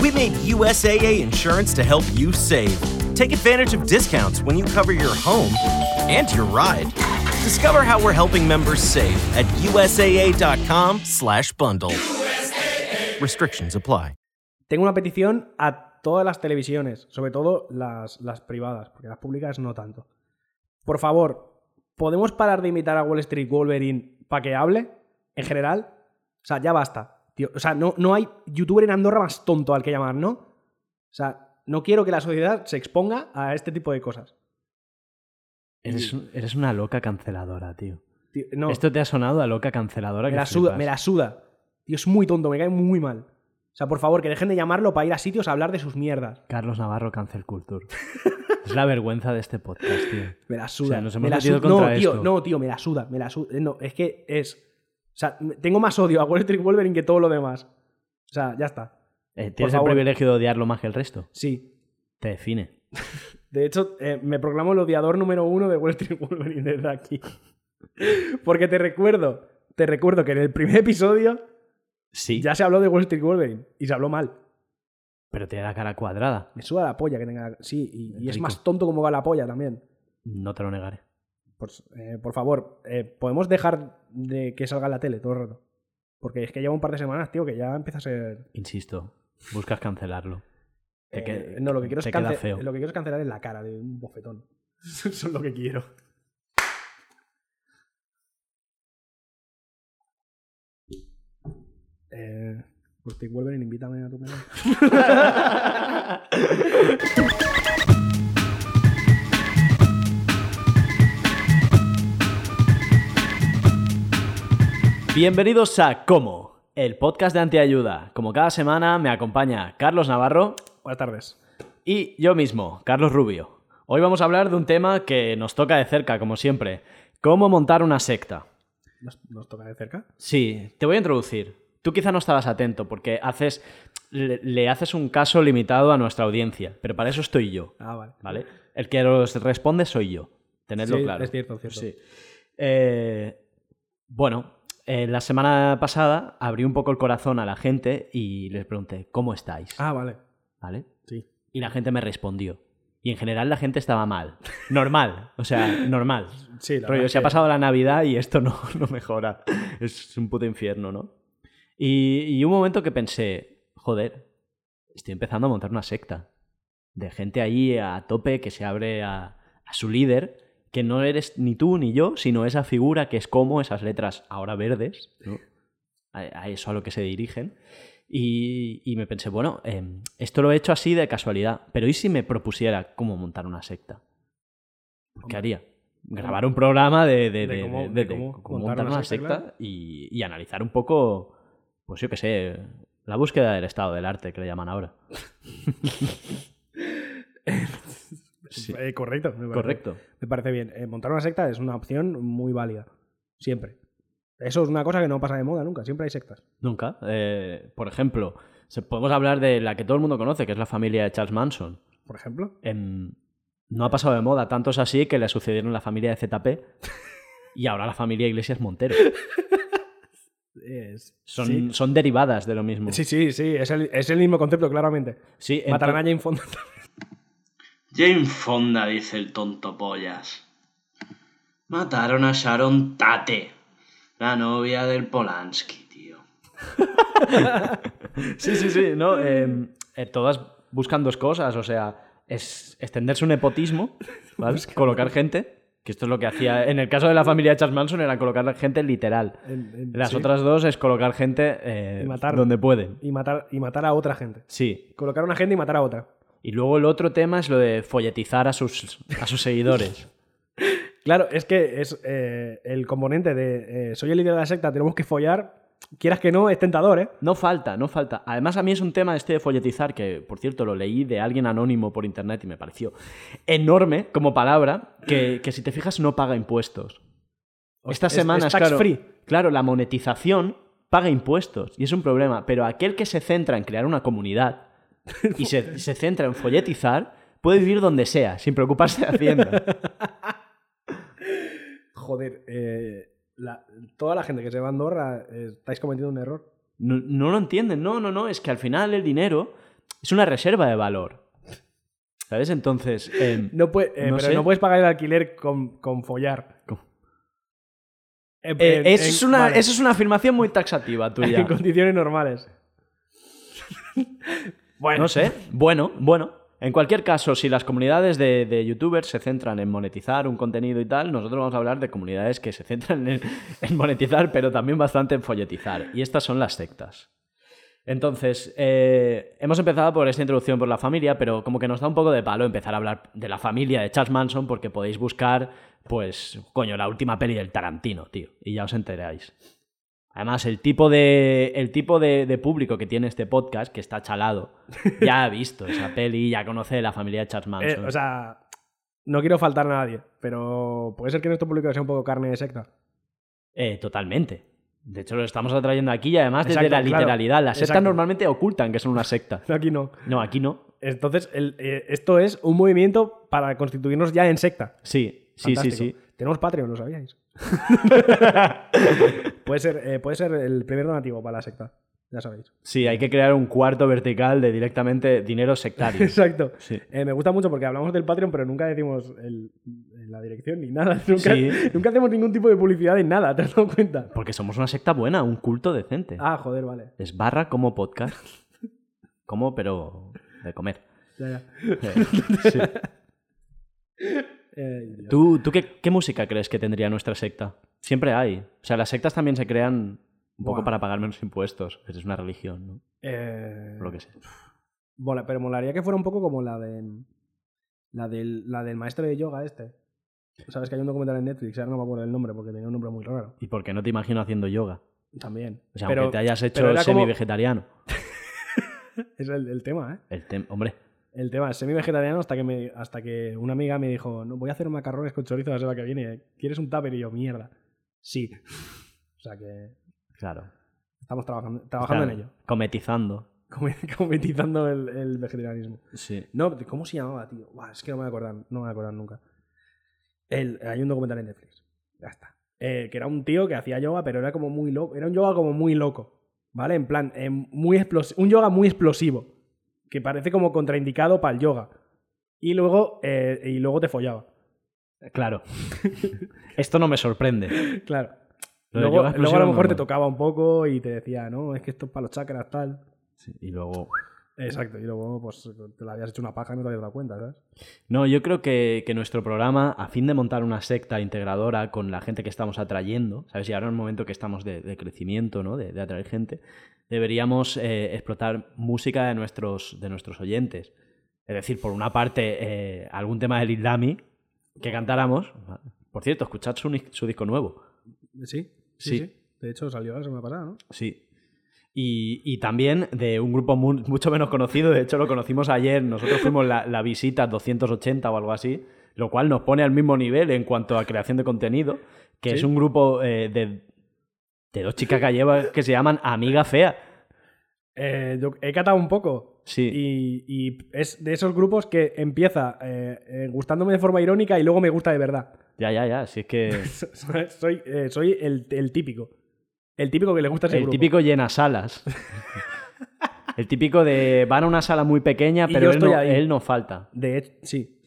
We made USAA insurance to help you save. Take advantage of discounts when you cover your home and your ride. Discover how we're helping members save at usaa.com/bundle. Restrictions apply. Tengo una petición a todas las televisiones, sobre todo las, las privadas, porque las públicas no tanto. Por favor, ¿podemos parar de imitar a Wall Street Wolverine para que hable? En general, o sea, ya basta. Tío. O sea, no, no hay youtuber en Andorra más tonto al que llamar, ¿no? O sea, no quiero que la sociedad se exponga a este tipo de cosas. Eres, un- eres una loca canceladora, tío. Tío, no, Esto te ha sonado a loca canceladora. me que la suda, flipas. me la suda. Tío, es muy tonto, me cae muy mal. O sea, por favor, que dejen de llamarlo para ir a sitios a hablar de sus mierdas. Carlos Navarro Cancel Culture. es la vergüenza de este podcast, tío. Me la suda. nos me hemos la metido su- contra no, tío, esto. no, tío, me la suda, me la suda. No, es que es. O sea, tengo más odio a Wall Street Wolverine que todo lo demás. O sea, ya está. Eh, tienes el favor. privilegio de odiarlo más que el resto. Sí. Te define. De hecho, eh, me proclamo el odiador número uno de Wall Street Wolverine desde aquí. Porque te recuerdo, te recuerdo que en el primer episodio Sí. ya se habló de Wall Street Wolverine y se habló mal. Pero tiene la cara cuadrada. Me suda la polla que tenga. Sí, y, y es Rico. más tonto como va la polla también. No te lo negaré. Pues, eh, por favor, eh, podemos dejar de que salga en la tele todo el rato. Porque es que lleva un par de semanas, tío, que ya empieza a ser. Insisto. Buscas cancelarlo. Te eh, que- no, lo que, quiero es te queda cance- feo. lo que quiero es cancelar es la cara de un bofetón. Eso es lo que quiero. Eh, pues Steve Wolverine, invítame a tu canal. Bienvenidos a Como, el podcast de Antiayuda. Como cada semana me acompaña Carlos Navarro Buenas tardes. y yo mismo, Carlos Rubio. Hoy vamos a hablar de un tema que nos toca de cerca, como siempre. Cómo montar una secta. Nos, nos toca de cerca. Sí, te voy a introducir. Tú quizá no estabas atento porque haces, le, le haces un caso limitado a nuestra audiencia, pero para eso estoy yo, Ah, vale. ¿vale? El que os responde soy yo, tenedlo Sí, claro. es cierto, es cierto. Sí. Eh, bueno, eh, la semana pasada abrí un poco el corazón a la gente y les pregunté, ¿cómo estáis? Ah, vale. ¿Vale? Sí. Y la gente me respondió. Y en general la gente estaba mal. Normal, o sea, normal. Sí, la Rollo, verdad se ha que- pasado la Navidad y esto no, no mejora. Es un puto infierno, ¿no? Y, y un momento que pensé, joder, estoy empezando a montar una secta. De gente ahí a tope que se abre a, a su líder, que no eres ni tú ni yo, sino esa figura que es como esas letras ahora verdes, ¿no? a, a eso a lo que se dirigen. Y, y me pensé, bueno, em, esto lo he hecho así de casualidad, pero ¿y si me propusiera cómo montar una secta? Pues, ¿Qué haría? Grabar un programa de, De de- de- cómo- de- de de cómo cómo montar una secta claro. y, y analizar un poco, pues yo qué sé, la búsqueda del estado del arte que le llaman ahora. Sí, Eh, correcto. me parece. correcto. Me parece bien. Eh, montar una secta es una opción muy válida. Siempre. Eso es una cosa que no pasa de moda nunca. Siempre hay sectas. Nunca. Eh, por ejemplo, se- podemos hablar de la que todo el mundo conoce, que es la familia de Charles Manson. Por ejemplo. em, no ha pasado de moda. Tanto es así que le sucedieron la familia de ZP y ahora la familia Iglesias Montero. Es- Son, Sí, son derivadas de lo mismo. sí, sí. sí, Es, el, es el mismo concepto, claramente. Sí, ento- Matarán a Jane Fonda. Jane Fonda, dice el tonto pollas. Mataron a Sharon Tate, la novia del Polanski, tío. sí, sí, sí, no, em, eh, todas buscan dos cosas. O sea, es extenderse un nepotismo, ¿vale? colocar gente. Que esto es lo que hacía. En el caso de la familia de Charles Manson era colocar gente literal. En- en- Eh, Las sí. otras dos es colocar gente eh, Y matar. donde pueden. Y matar, y matar a otra gente. Sí, Colocar una gente y matar a otra. Y luego el otro tema es lo de folletizar a sus, a sus seguidores. Claro, es que es eh, el componente de eh, soy el líder de la secta, tenemos que follar. Quieras que no, es tentador, ¿eh? No falta, no falta. Además, a mí es un tema este de folletizar que, por cierto, lo leí de alguien anónimo por internet y me pareció enorme como palabra que, que si te fijas no paga impuestos. Estas Es- semanas, es tax claro, free. claro, la monetización paga impuestos y es un problema. Pero aquel que se centra en crear una comunidad y se, se centra en folletizar puede vivir donde sea sin preocuparse de Hacienda. Joder, eh, la- toda la gente que se va a Andorra eh, estáis cometiendo un error. No, no lo entienden, no, no, no, es que al final el dinero Es una reserva de valor. ¿Sabes? Entonces. em, No puede, eh, No pero sé. no puedes pagar el alquiler con, con follar. ¿Cómo? En- eh, en- eso, en- es una, vale. eso es una afirmación muy taxativa tuya. En condiciones normales. bueno, eh, No sé. Bueno, bueno. En cualquier caso, si las comunidades de, de youtubers se centran en monetizar un contenido y tal, nosotros vamos a hablar de comunidades que se centran en, en monetizar, pero también bastante en folletizar. Y estas son las sectas. Entonces, eh, hemos empezado por esta introducción por la familia, pero como que nos da un poco de palo empezar a hablar de la familia de Charles Manson, porque podéis buscar, pues, coño, la última peli del Tarantino, tío, y ya os enteráis. Además, el tipo de, el tipo de, de público que tiene este podcast, que está chalado, ya ha visto esa peli, ya conoce la familia de Charles eh, Manson. o sea, no quiero faltar a nadie, pero puede ser que nuestro público sea un poco carne de secta. Eh, totalmente. De hecho, lo estamos atrayendo aquí y además desde Exacto, la claro. literalidad. Las sectas Exacto. normalmente ocultan que son una secta. Aquí no. No, aquí no. Entonces, el- eh, esto es un movimiento para constituirnos ya en secta. Sí, sí, sí, Fantástico. sí. Tenemos Patreon, ¿lo sabíais? puede, ser, eh, puede ser el primer donativo para la secta, ya sabéis. Sí, hay que crear un cuarto vertical de directamente dinero sectario. Exacto. Sí. Eh, me gusta mucho porque hablamos del Patreon, pero nunca decimos el- la dirección ni nada. Nunca, Sí. nunca hacemos ningún tipo de publicidad en nada, ¿te has dado cuenta? Porque somos una secta buena, un culto decente. Ah, joder, vale. Es barra como podcast. Como, pero de comer. Ya, ya. Eh, sí. Eh, Dios. ¿Tú, tú qué, qué música crees que tendría nuestra secta? Siempre hay. O sea, las sectas también se crean un poco Buah. para pagar menos impuestos. Es una religión, ¿no? Eh, Por lo que sé. mola- pero molaría que fuera un poco como la de la del, la del maestro de yoga este. Sabes que hay un documental en Netflix, ahora no me acuerdo el nombre porque tenía un nombre muy raro. ¿Y por qué no te imagino haciendo yoga? También. O sea, pero aunque te hayas pero hecho era como- semi-vegetariano. es el, el tema, ¿eh? El tem- Hombre, El tema es semi-vegetariano hasta que, me, hasta que una amiga me dijo, no, voy a hacer macarrones con chorizo la semana que viene. ¿Quieres un tupper? Y yo, mierda. Sí. O sea que claro. estamos trabajando, trabajando en Claro, ello. Cometizando. Come- Cometizando el, el vegetarianismo. Sí. No, ¿cómo se llamaba, tío? Buah, es que no me voy a acordar, no me voy a acordar nunca. El- hay un documental en Netflix. Ya está. Eh, que era un tío que hacía yoga, pero era como muy loco. Era un yoga como muy loco. ¿Vale? En plan, eh, muy explos- un yoga muy explosivo. Que parece como contraindicado para el yoga. Y luego, eh, y luego te follaba. Claro. Esto no me sorprende. Claro. Lo del luego, yoga explosivo luego a lo es mejor te normal. tocaba un poco y te decía, no, es que esto es para los chakras, tal. Y luego. Exacto. Y luego, pues, te la habías hecho una paja y no te habías dado cuenta, ¿sabes? No, yo creo que, que nuestro programa, a fin de montar una secta integradora con la gente que estamos atrayendo, ¿sabes? Y ahora en el momento que estamos de, de crecimiento, ¿no? De, de atraer gente, deberíamos eh, explotar música de nuestros, de nuestros oyentes. Es decir, por una parte, eh, algún tema del islami que cantáramos. Por cierto, escuchad su, ni- su disco nuevo. Sí. Sí. Sí. sí. De hecho, salió la semana pasada, ¿no? Sí. Y, y también de un grupo mu- mucho menos conocido, de hecho lo conocimos ayer, nosotros fuimos la, la visita 280 o algo así, lo cual nos pone al mismo nivel en cuanto a creación de contenido, que Sí. es un grupo eh, de, de dos chicas gallegas que se llaman Amiga Fea. Eh, yo he catado un poco. Sí. Y, y es de esos grupos que empieza eh, eh, gustándome de forma irónica y luego me gusta de verdad. Ya, ya, ya, si es que soy eh, soy el, el típico. El típico que le gusta ese el grupo. típico llena salas. El típico de van a una sala muy pequeña, Y pero yo él no, estoy ahí. él no falta. De hecho, sí.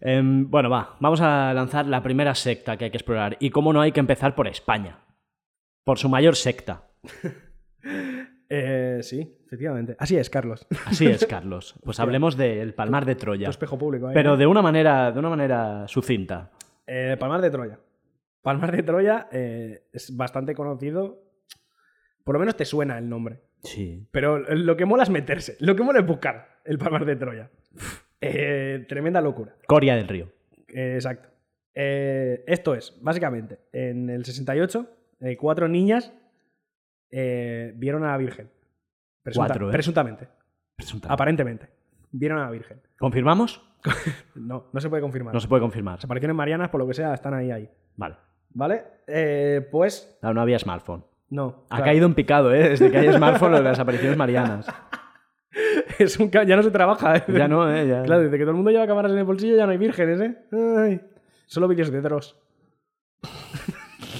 Em, bueno, va, vamos a lanzar la primera secta que hay que explorar. Y cómo no hay que empezar por España. Por su mayor secta. Eh, sí, efectivamente. Así es, Carlos. Así es, Carlos. Pues hablemos del Palmar de Troya. Tu espejo público. ¿eh? ahí, Pero ¿no? de una manera, de una manera sucinta. Eh, Palmar de Troya. Palmar de Troya eh, es bastante conocido. Por lo menos te suena el nombre. Sí. Pero lo que mola es meterse. Lo que mola es buscar el Palmar de Troya. Eh, tremenda locura. Coria del Río. Eh, exacto. Eh, esto es, básicamente, en el 68, eh, cuatro niñas eh, vieron a la Virgen. Presunta- Cuatro, ¿eh? Presuntamente, aparentemente. Vieron a la Virgen. Ah, ¿Confirmamos? No, no se puede confirmar. No se puede confirmar. Las apariciones marianas, por lo que sea, están ahí, ahí. Vale. ¿Vale? Eh, pues, No, no había smartphone. no. Ha claro. caído en picado, ¿eh? Desde que hay smartphone, lo de las apariciones marianas. Es un ca- ya no se trabaja. ¿eh? Ya no, ¿eh? Ya. Claro, desde que todo el mundo lleva cámaras en el bolsillo, ya no hay vírgenes, ¿eh? Ay. Solo vídeos de Dross.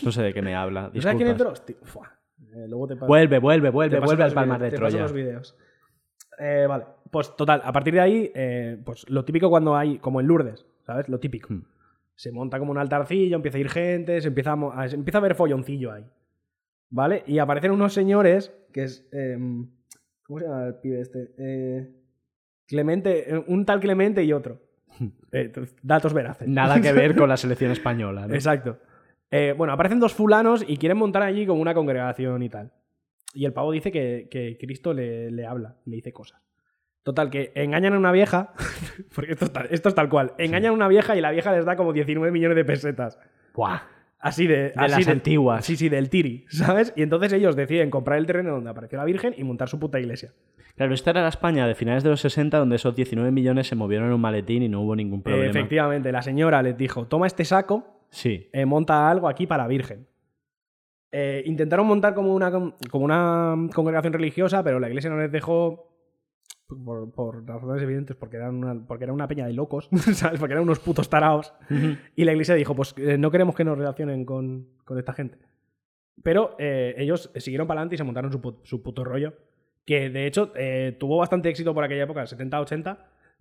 No sé de qué me habla. ¿No ¿Sabes quién es disculpas. Dross? Tío, fuá. Eh, luego te paso- Vuelve, vuelve, vuelve, te paso vuelve los al Palmar vídeos, de te paso Troya. los vídeos. Eh, vale. Pues total, a partir de ahí, eh, pues lo típico cuando hay, como en Lourdes, ¿sabes? Lo típico. Hmm. Se monta como un altarcillo, empieza a ir gente, se empieza a, mo- a- se empieza a ver folloncillo ahí. ¿Vale? Y aparecen unos señores, que es... em, ¿Cómo se llama el pibe este? Eh, Clemente, eh, un tal Clemente y otro. Eh, datos veraces. Hmm. Nada que ver con la selección española. ¿no? Exacto. Eh, bueno, aparecen dos fulanos y quieren montar allí como una congregación y tal. Y el pavo dice que, que Cristo le, le habla, le dice cosas. Total, que engañan a una vieja, porque esto es tal, esto es tal cual, engañan a una vieja y la vieja les da como 19 millones de pesetas. Buah, Así de... de las antiguas. Sí, sí, del tiri, ¿sabes? Y entonces ellos deciden comprar el terreno donde apareció la Virgen y montar su puta iglesia. Claro, esta era la España de finales de los 60 donde esos 19 millones se movieron en un maletín y no hubo Eh, ningún problema. Efectivamente, la señora les dijo, toma este saco, Sí. eh, monta algo aquí para Virgen. Eh, intentaron montar como una, con- como una congregación religiosa, pero la iglesia no les dejó por, por razones evidentes, porque eran una, porque era una peña de locos, ¿sabes? Porque eran unos putos taraos. Y la iglesia dijo, pues eh, no queremos que nos relacionen con, con esta gente. Pero eh, ellos siguieron para adelante y se montaron su, pu- su puto rollo, que de hecho eh, tuvo bastante éxito por aquella época, 70-80,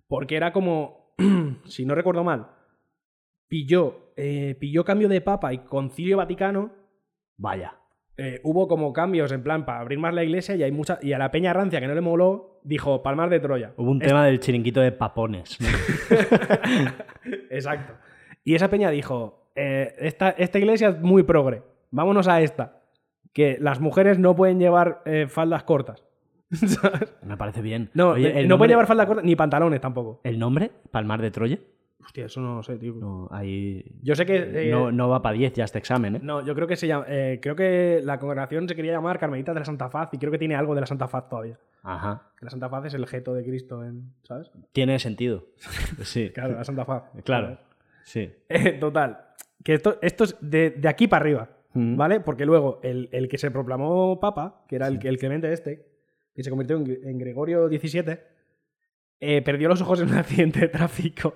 porque era como, si no recuerdo mal, pilló, eh, pilló cambio de papa y concilio vaticano, Vaya. eh, hubo como cambios en plan para abrir más la iglesia y, hay mucha, y a la peña rancia que no le moló, dijo, palmar de Troya. Hubo un tema del chiringuito de papones. ¿no? Exacto. Y esa peña dijo, eh, esta, esta iglesia es muy progre, vámonos a esta, que las mujeres no pueden llevar eh, faldas cortas. ¿Sabes? Me parece bien. No, eh, Oye, el no pueden nombre- llevar falda corta ni pantalones tampoco. ¿El nombre? ¿Palmar de Troya? Hostia, eso no lo sé, tío. No, ahí... Yo sé que... eh, no, no va para 10 ya este examen, ¿eh? No, yo creo que se llama. eh, creo que la congregación se quería llamar Carmelita de la Santa Faz y creo que tiene algo de la Santa Faz todavía. Ajá. La Santa Faz es el jeto de Cristo, en, ¿sabes? Tiene sentido. Sí. Claro, la Santa Faz. Claro. Sí. Eh, total. Que esto, esto es de, de aquí para arriba, Mm. ¿vale? Porque luego el, el que se proclamó papa, que era el, el Clemente este, que se convirtió en, Gre- en Gregorio XVII, eh, perdió los ojos en un accidente de tráfico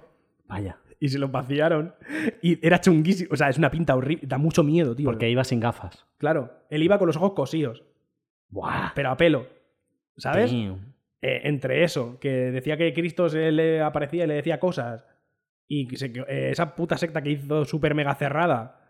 Vaya. y se los vaciaron. Y era chunguísimo. O sea, es una pinta horrible. Da mucho miedo, tío. Porque iba sin gafas. Claro, él iba con los ojos cosidos. Buah. pero a pelo. ¿Sabes? Damn. Eh, entre eso, que decía que Cristo se le aparecía y le decía cosas, y que se- que, eh, esa puta secta que hizo súper mega cerrada,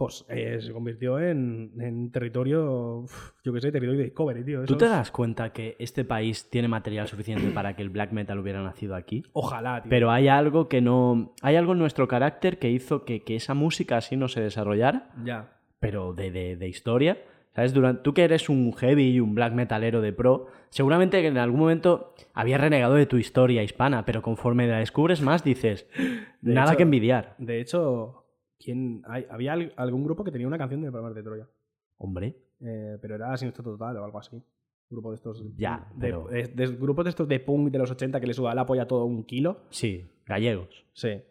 pues eh, se convirtió en, en territorio, uf, yo qué sé, territorio de Discovery, tío. Eso ¿Tú te es- das cuenta que este país tiene material suficiente para que el black metal hubiera nacido aquí? Ojalá, tío. Pero hay algo que no. Hay algo en nuestro carácter que hizo que, que esa música así no se desarrollara, Ya. pero de, de- de historia. ¿Sabes? Durante, tú que eres un heavy y un black metalero de pro, seguramente que en algún momento habías renegado de tu historia hispana, pero conforme la descubres más dices, De nada hecho- que envidiar. De hecho, ¿quién, hay- había al- algún grupo que tenía una canción de Palmar de Troya, Hombre, eh, pero era Siniestro Total o algo así. Grupo de estos. Ya, de- pero- de- de- grupos de estos de punk de los 80 que le suda la polla todo un kilo. sí, gallegos. Sí,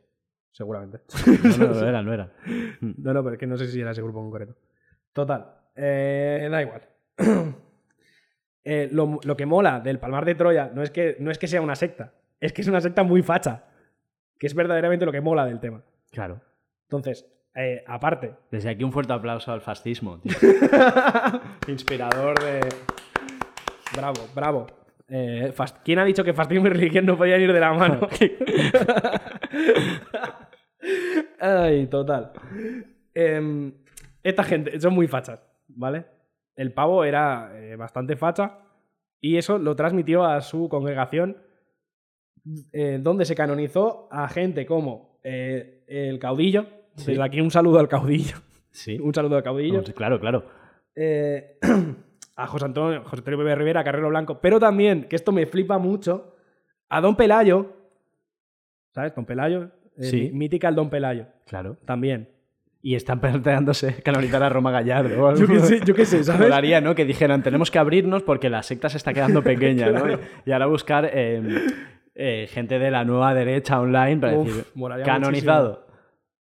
seguramente. No, no, no era, no era. No, no, pero es que no sé si era ese grupo en concreto. Total, eh, da igual. Eh, lo, lo que mola del Palmar de Troya no es, que, no es que sea una secta, es que es una secta muy facha, que es verdaderamente lo que mola del tema. Claro. Entonces, eh, aparte, Desde aquí un fuerte aplauso al fascismo. tío. inspirador de... Bravo, bravo. Eh, fas- ¿Quién ha dicho que fascismo y religión no podían ir de la mano? Ay, total. Em, esta gente son muy fachas, ¿vale? El pavo era eh, bastante facha y eso lo transmitió a su congregación, eh, donde se canonizó a gente como eh, el caudillo. Sí. Desde aquí un saludo al caudillo. Sí. Un saludo al caudillo. Vamos, claro, claro. Eh, a José Antonio, José Antonio Bebe Rivera, Carrero Blanco, pero también, que esto me flipa mucho, a Don Pelayo, ¿sabes? Don Pelayo, eh, Sí. mi- mítica el Don Pelayo, Claro. también. Y están planteándose canonizar a Roma Gallardo. o algo. Yo qué sé, yo qué sé, ¿sabes? Molaría, ¿no? Que dijeran, tenemos que abrirnos porque la secta se está quedando pequeña, ¿no? Y ahora buscar eh, eh, gente de la nueva derecha online para Uf, decir, molaría canonizado.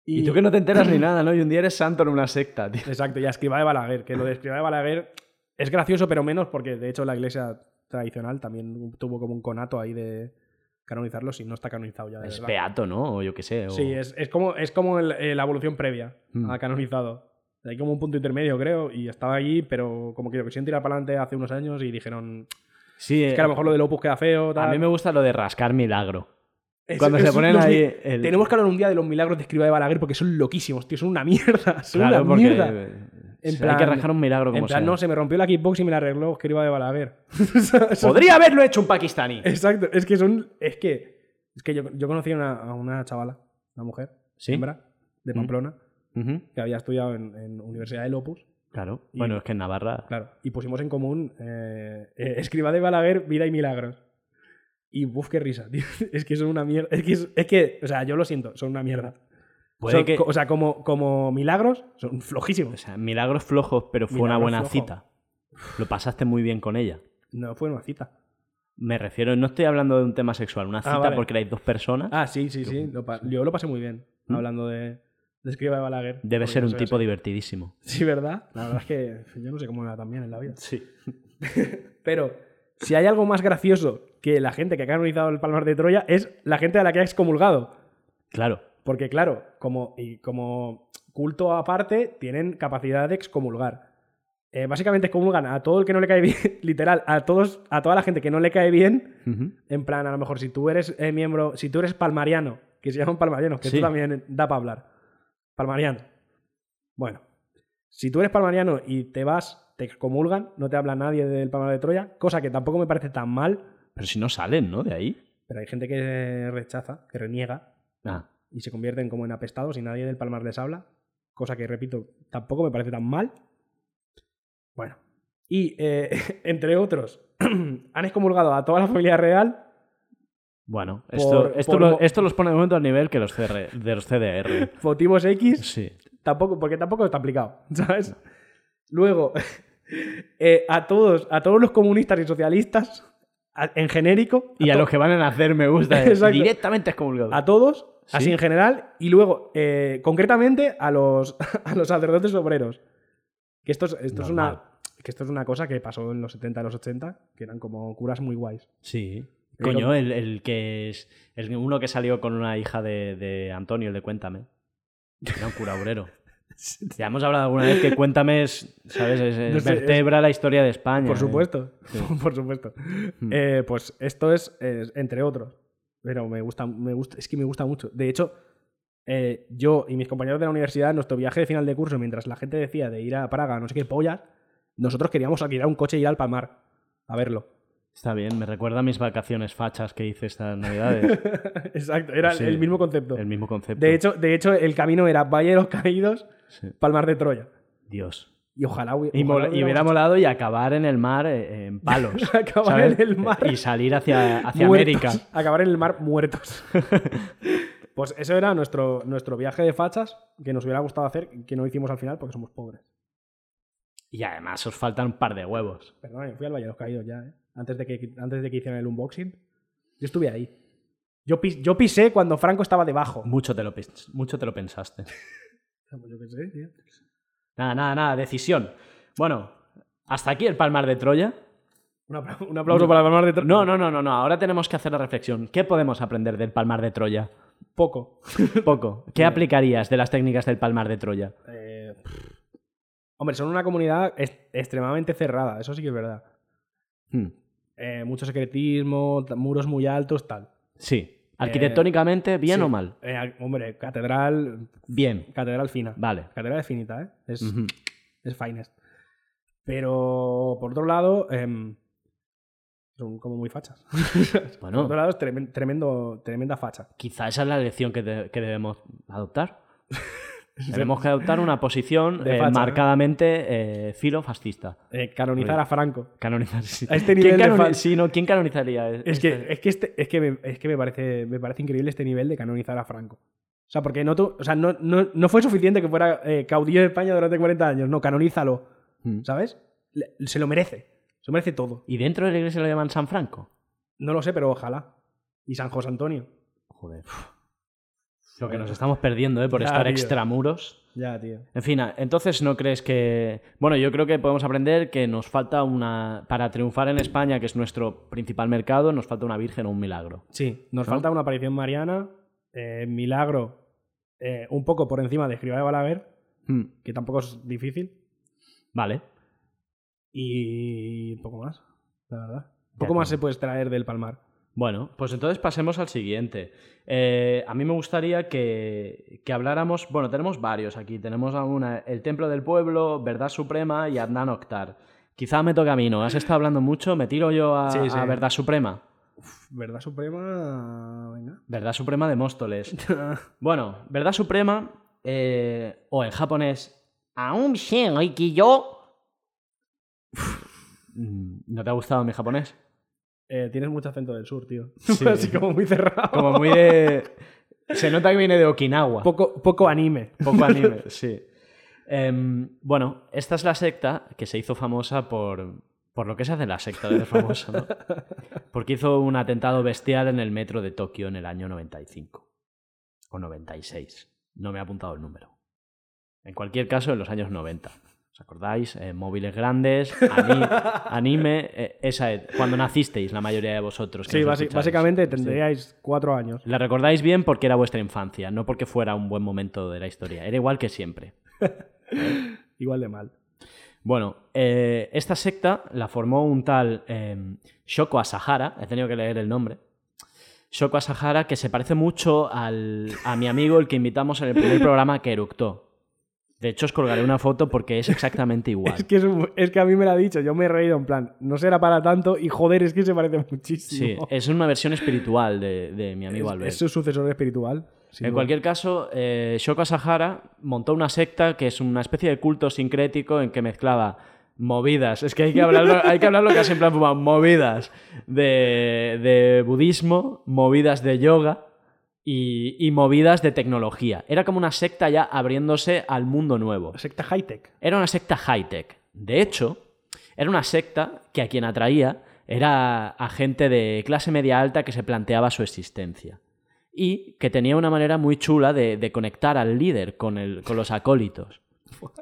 Y... tú que no te enteras ni nada, ¿no? Y un día eres santo en una secta, tío. Exacto, y a Escriba de Balaguer, que lo de Escriba de Balaguer es gracioso, pero menos porque de hecho la iglesia tradicional también tuvo como un conato ahí de canonizarlo si no está canonizado ya. de Es verdad. beato, ¿no? O yo qué sé. o- Sí, es, es como, es como el- eh, la evolución previa Mm. a canonizado. Hay como un punto intermedio, creo, y estaba allí, pero como que lo quisieron tirar para adelante hace unos años y dijeron, Sí, Es que a lo mejor lo del Opus queda feo. Eh, a tal. mí me gusta lo de rascar milagro. Es- cuando es- se ponen los mi- ahí el- Tenemos que hablar un día de los milagros de Escriba de Balaguer porque son loquísimos, tío. Son una mierda. Son Claro, una porque mierda. eh, En hay plan- que rascar un milagro como En plan, sea. no, se me rompió la kickbox y me la arregló Escriba de Balaguer. Son- son- Podría haberlo hecho un pakistaní. Exacto, es que son. Es que. Es que yo, yo conocí a una, a una chavala, una mujer, Sí. hembra, de Mm. Pamplona, Ujú, que había estudiado en, en Universidad del Opus, Claro. Y- Bueno, es que en Navarra. claro, y pusimos en común eh, eh, Escriba de Balaguer, Vida y Milagros. Y buf, qué risa, tío. Es que son una mierda. Es que, es, es que, o sea, yo lo siento, son una mierda. Puede Son que. co- O sea, como, como milagros, son flojísimos. O sea, milagros flojos, pero fue una Milagros buena flojos. cita. Lo pasaste muy bien con ella. No fue una cita. Me refiero, no estoy hablando de un tema sexual, una cita Ah, vale. porque erais dos personas. Ah, sí, sí, sí. lo pa- yo lo pasé muy bien ¿Mm? hablando de, de Escriba de Balaguer. Debe porque ser no un soy tipo así. divertidísimo. Sí, ¿verdad? La verdad es que yo no sé cómo era tan bien en la vida. Sí. Pero si hay algo más gracioso que la gente que ha canonizado el Palmar de Troya es la gente a la que ha excomulgado. Claro. Porque claro, como, y como culto aparte, tienen capacidad de excomulgar. Eh, básicamente excomulgan a todo el que no le cae bien, literal, a, todos, a toda la gente que no le cae bien. Ujú. En plan, a lo mejor si tú eres eh, miembro, si tú eres palmariano, que se llaman palmarianos, que Sí. esto también da para hablar. Palmariano. Bueno, si tú eres palmariano y te vas, te excomulgan, no te habla nadie del palmar de Troya, cosa que tampoco me parece tan mal, Pero si no salen, ¿no? De ahí. pero hay gente que rechaza, que reniega Ah, y se convierten como en apestados y nadie del palmar les habla, cosa que repito, tampoco me parece tan mal. Bueno, y eh, entre otros, han excomulgado a toda la familia real bueno. Por- Esto, esto, por lo- mo- esto los pone de momento al nivel que los, CR de los CDR. motivos X, Sí. tampoco, porque tampoco está aplicado, ¿sabes? Luego, eh, a todos, a todos los comunistas y socialistas, a- en genérico, Y a to- los que van a nacer me gusta. eh. Exacto. Directamente excomulgado. a todos, Sí. así en general, y luego, eh, concretamente, a los, a los sacerdotes obreros. Que esto, es- esto es Normal. una, que esto es una cosa que pasó en los 70 y los 80, que eran como curas muy guays. Sí. Pero- Coño, el, el que es. El, uno que salió con una hija de, de Antonio, el de Cuéntame. Era un cura obrero. Ya hemos hablado alguna vez que Cuéntame es. ¿Sabes? Es, es No sé, vertebra la historia de España. Por eh. supuesto, por supuesto. Hmm. Eh, pues esto es, es entre otros. Pero me gusta, me gusta, es que me gusta mucho. De hecho, eh, yo y mis compañeros de la universidad, en nuestro viaje de final de curso, mientras la gente decía de ir a Praga, no sé qué pollas, nosotros queríamos alquilar un coche e ir al Palmar a verlo. Está bien, me recuerda a mis vacaciones fachas que hice estas navidades. Exacto, era Sí, el mismo concepto. el mismo concepto. De hecho, de hecho, el camino era Valle de los Caídos, Sí. Palmar de Troya. Dios. Y ojalá, hubi- Y, ojalá mol- y hubiera hubiéramos- molado y acabar en el mar eh, en palos. Acabar ¿sabes? en el mar. Y salir hacia, hacia Muertos. América. Acabar en el mar muertos. pues eso era nuestro, nuestro viaje de fachas que nos hubiera gustado hacer, que no hicimos al final porque somos pobres. Y además os faltan un par de huevos. Perdón, fui al Valle de los Caídos ya, ¿eh? Antes de que, antes de que hicieran el unboxing. Yo estuve ahí. Yo, pis- yo pisé cuando Franco estaba debajo. Pues Mucho te lo, pens- mucho te lo pensaste. Yo qué sé, tío. Nada, nada, nada, decisión. Bueno, hasta aquí el palmar de Troya. Un, apla- un aplauso para el Palmar de Troya. No, no, no, no, no. Ahora tenemos que hacer la reflexión. ¿Qué podemos aprender del palmar de Troya? Poco. Poco. ¿Qué aplicarías de las técnicas del palmar de Troya? Eh, pff. Hombre, son una comunidad es- extremadamente cerrada, eso sí que es verdad. Hmm, Eh, mucho secretismo, t- muros muy altos, tal. Sí. Arquitectónicamente, bien Eh, Sí. o mal. Eh, hombre, catedral, Bien. catedral fina. Vale. Catedral es finita, ¿eh? Es, Ujú. es finest. Pero, por otro lado, em, son como muy fachas. Por Bueno, otro lado, es tremen- tremendo, tremenda facha. quizá esa es la lección que, de- que debemos adoptar. Tenemos que adoptar una posición De eh, facha, ¿no? marcadamente eh, filo-fascista. Eh, canonizar Oye. a Franco. Canonizar. sí. A este ¿Quién, nivel de canoni- fan- sí, no, ¿Quién canonizaría? e-, Es que, es que, este- es que, me, es que me, parece, me parece increíble este nivel de canonizar a Franco. O sea, porque no, tu- o sea, no, no, no fue suficiente que fuera eh, caudillo de España durante 40 años. No, canonízalo. Mm. ¿Sabes? Le- se lo merece. Se lo merece todo. ¿Y dentro de la iglesia lo llaman San Franco? No lo sé, pero ojalá. Y San José Antonio. Joder. Lo que nos estamos perdiendo, ¿eh? Por Ya, estar tío. extramuros. Ya, tío. En fin, a- entonces no crees que. Bueno, yo creo que podemos aprender que nos falta una. Para triunfar en España, que es nuestro principal mercado, nos falta una virgen o un milagro. Sí, nos ¿No? falta una aparición mariana, eh, milagro, eh, un poco por encima de Escriba de Balaguer, Hmm, que tampoco es difícil, Vale. y poco más, la verdad. Poco más se puede extraer del palmar. Bueno, pues entonces pasemos al siguiente. Eh, a mí me gustaría que, que habláramos, bueno, tenemos varios aquí. Tenemos a una, El Templo del Pueblo, Verdad Suprema y Adnan Oktar. Quizá me toca a mí, ¿no? Has estado hablando mucho, me tiro yo a, Sí, sí. a Verdad Suprema. Verdad Suprema. Venga. Verdad Suprema de Móstoles. bueno, Verdad Suprema, eh, o en japonés, Aum Shen Aikiyo. Mm, ¿No te ha gustado mi japonés? Eh, tienes mucho acento del sur, tío. Sí. Así como muy cerrado. Como muy de. Se nota que viene de Okinawa. Poco, poco anime. Poco anime, sí. Em, bueno, esta es la secta que se hizo famosa por, por lo que se hace en la secta de famosa, ¿no? Porque hizo un atentado bestial en el metro de Tokio en el año 95 o 96. No me ha apuntado el número. En cualquier caso, en los años 90. ¿Os acordáis? Eh, móviles grandes, ani- anime, eh, esa ed- cuando nacisteis la mayoría de vosotros. que Sí, nos basi- escucháis. básicamente Sí. tendríais cuatro años. La recordáis bien porque era vuestra infancia, no porque fuera un buen momento de la historia. Era igual que siempre. Igual de mal. Bueno, eh, esta secta la formó un tal eh, Shoko Asahara, he tenido que leer el nombre. Shoko Asahara, que se parece mucho al, a mi amigo, el que invitamos en el primer programa que eructó. De hecho, os colgaré una foto porque es exactamente igual. Es que, es, un- es que a mí me lo ha dicho, yo me he reído en plan, no será para tanto y joder, es que se parece Sí, muchísimo. es una versión espiritual de, de mi amigo Albert. es su sucesor espiritual. sin en duda. cualquier caso, eh, Shoko Asahara montó una secta que es una especie de culto sincrético en que mezclaba movidas, es que hay que hablarlo, hay que hablarlo casi en plan fumado, movidas de, de budismo, movidas de yoga y, y movidas de tecnología. Era como una secta ya abriéndose al mundo nuevo. Secta high-tech. Era una secta high-tech. De hecho, era una secta que a quien atraía era a gente de clase media alta que se planteaba su existencia. Y que tenía una manera muy chula de, de conectar al líder con, el- con los acólitos,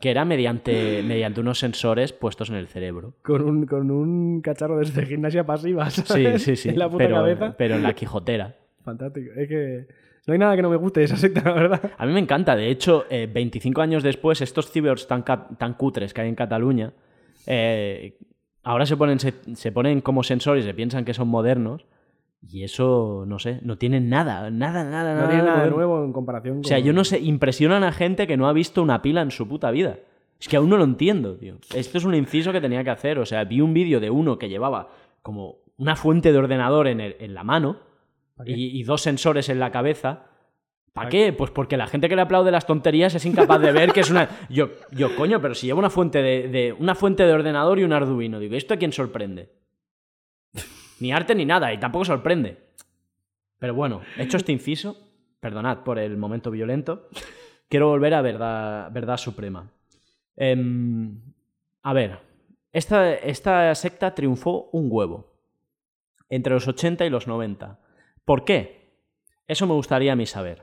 que era mediante, mediante unos sensores puestos en el cerebro. Con un, con un cacharro de, de gimnasia pasiva, Sí, ¿sabes? sí, sí. En la puta pero, eh, cabeza. pero en la Quijotera. Fantástico. Es que no hay nada que no me guste de esa secta, la verdad. A mí me encanta. De hecho, eh, 25 años después, estos cibers tan, ca- tan cutres que hay en Cataluña, eh, ahora se ponen, se, se ponen como sensores, se piensan que son modernos. Y eso, no sé, no tienen nada, nada, nada, No tiene nada de moderno. nuevo en comparación Ah, O sea, yo no sé, impresionan a gente que no ha visto una pila en su puta vida. Es que aún no lo entiendo, tío. Esto es un inciso que tenía que hacer. O sea, vi un vídeo de uno que llevaba como una fuente de ordenador en, el- en la mano ¿Para qué? y, y dos sensores en la cabeza. ¿Para qué? Pues porque la gente que le aplaude las tonterías es incapaz de ver que es una. Yo, yo coño, pero si lleva una fuente de, de- una fuente de ordenador y un Arduino, digo, ¿esto a quién sorprende? Ni arte ni nada, y tampoco sorprende. Pero bueno, hecho este inciso, perdonad por el momento violento, quiero volver a Verdad, verdad Suprema. Em, a ver, esta, esta secta triunfó un huevo, entre los 80 y los 90. ¿Por qué? Eso me gustaría a mí saber.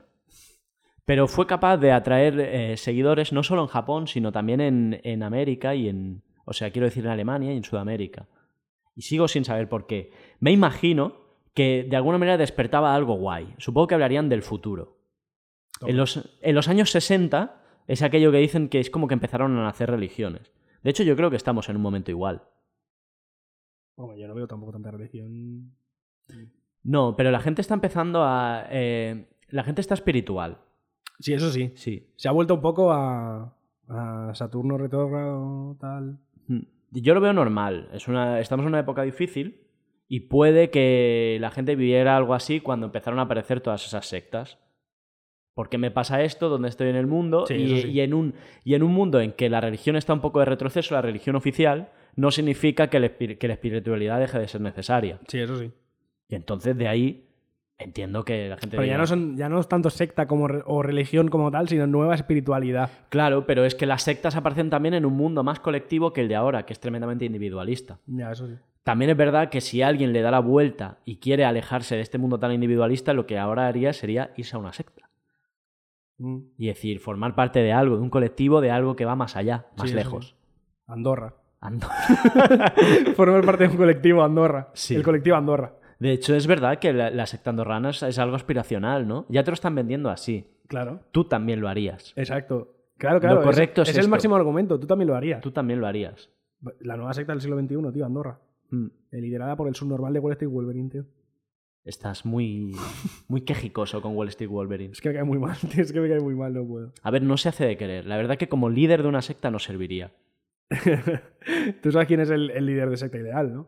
Pero fue capaz de atraer eh, seguidores no solo en Japón, sino también en, en América y en... O sea, quiero decir en Alemania y en Sudamérica. Y sigo sin saber por qué. Me imagino que de alguna manera despertaba algo guay. Supongo que hablarían del futuro. En los, en los años 60 es aquello que dicen que es como que empezaron a nacer religiones. De hecho, yo creo que estamos en un momento igual. Hombre, yo no veo tampoco tanta religión. No, pero la gente está empezando a... eh, la gente está espiritual. Sí, eso sí. Sí. Se ha vuelto un poco a, a Saturno retrógrado, tal. Mm. Yo lo veo normal. Es una, estamos en una época difícil y puede que la gente viviera algo así cuando empezaron a aparecer todas esas sectas. ¿Por qué me pasa esto? ¿Dónde estoy en el mundo? Sí, y, eso sí. y en un, y en un mundo en que la religión está un poco de retroceso, la religión oficial, no significa que, el espir- que la espiritualidad deje de ser necesaria. Sí, eso sí. Y entonces de ahí entiendo que la gente... Pero ya diga, no, son, ya no es tanto secta como re- o religión como tal, sino nueva espiritualidad. Claro, pero es que las sectas aparecen también en un mundo más colectivo que el de ahora, que es tremendamente individualista. Ya, eso sí. También es verdad que si alguien le da la vuelta y quiere alejarse de este mundo tan individualista, lo que ahora haría sería irse a una secta. Mm. Y es decir, formar parte de algo, de un colectivo, de algo que va más allá, más Sí, eso lejos. sí. Andorra. Ando- Formar parte de un colectivo Andorra. Sí. El colectivo Andorra. De hecho, es verdad que la, la secta andorrana es, es algo aspiracional, ¿no? Ya te lo están vendiendo así. Claro. Tú también lo harías. Exacto. Claro, claro. es- correcto es es, el esto. máximo argumento. Tú también lo harías. Tú también lo harías. La nueva secta del siglo XXI, tío, Andorra. Mm. eh, liderada por el subnormal de Wall Street Wolverine, tío. Estás muy, muy quejicoso con Wall Street Wolverine. Es que me cae muy mal, tío, es que me cae muy mal, no puedo. A ver, no se hace de querer. La verdad que como líder de una secta no serviría. Tú sabes quién es el, el líder de secta ideal, ¿no?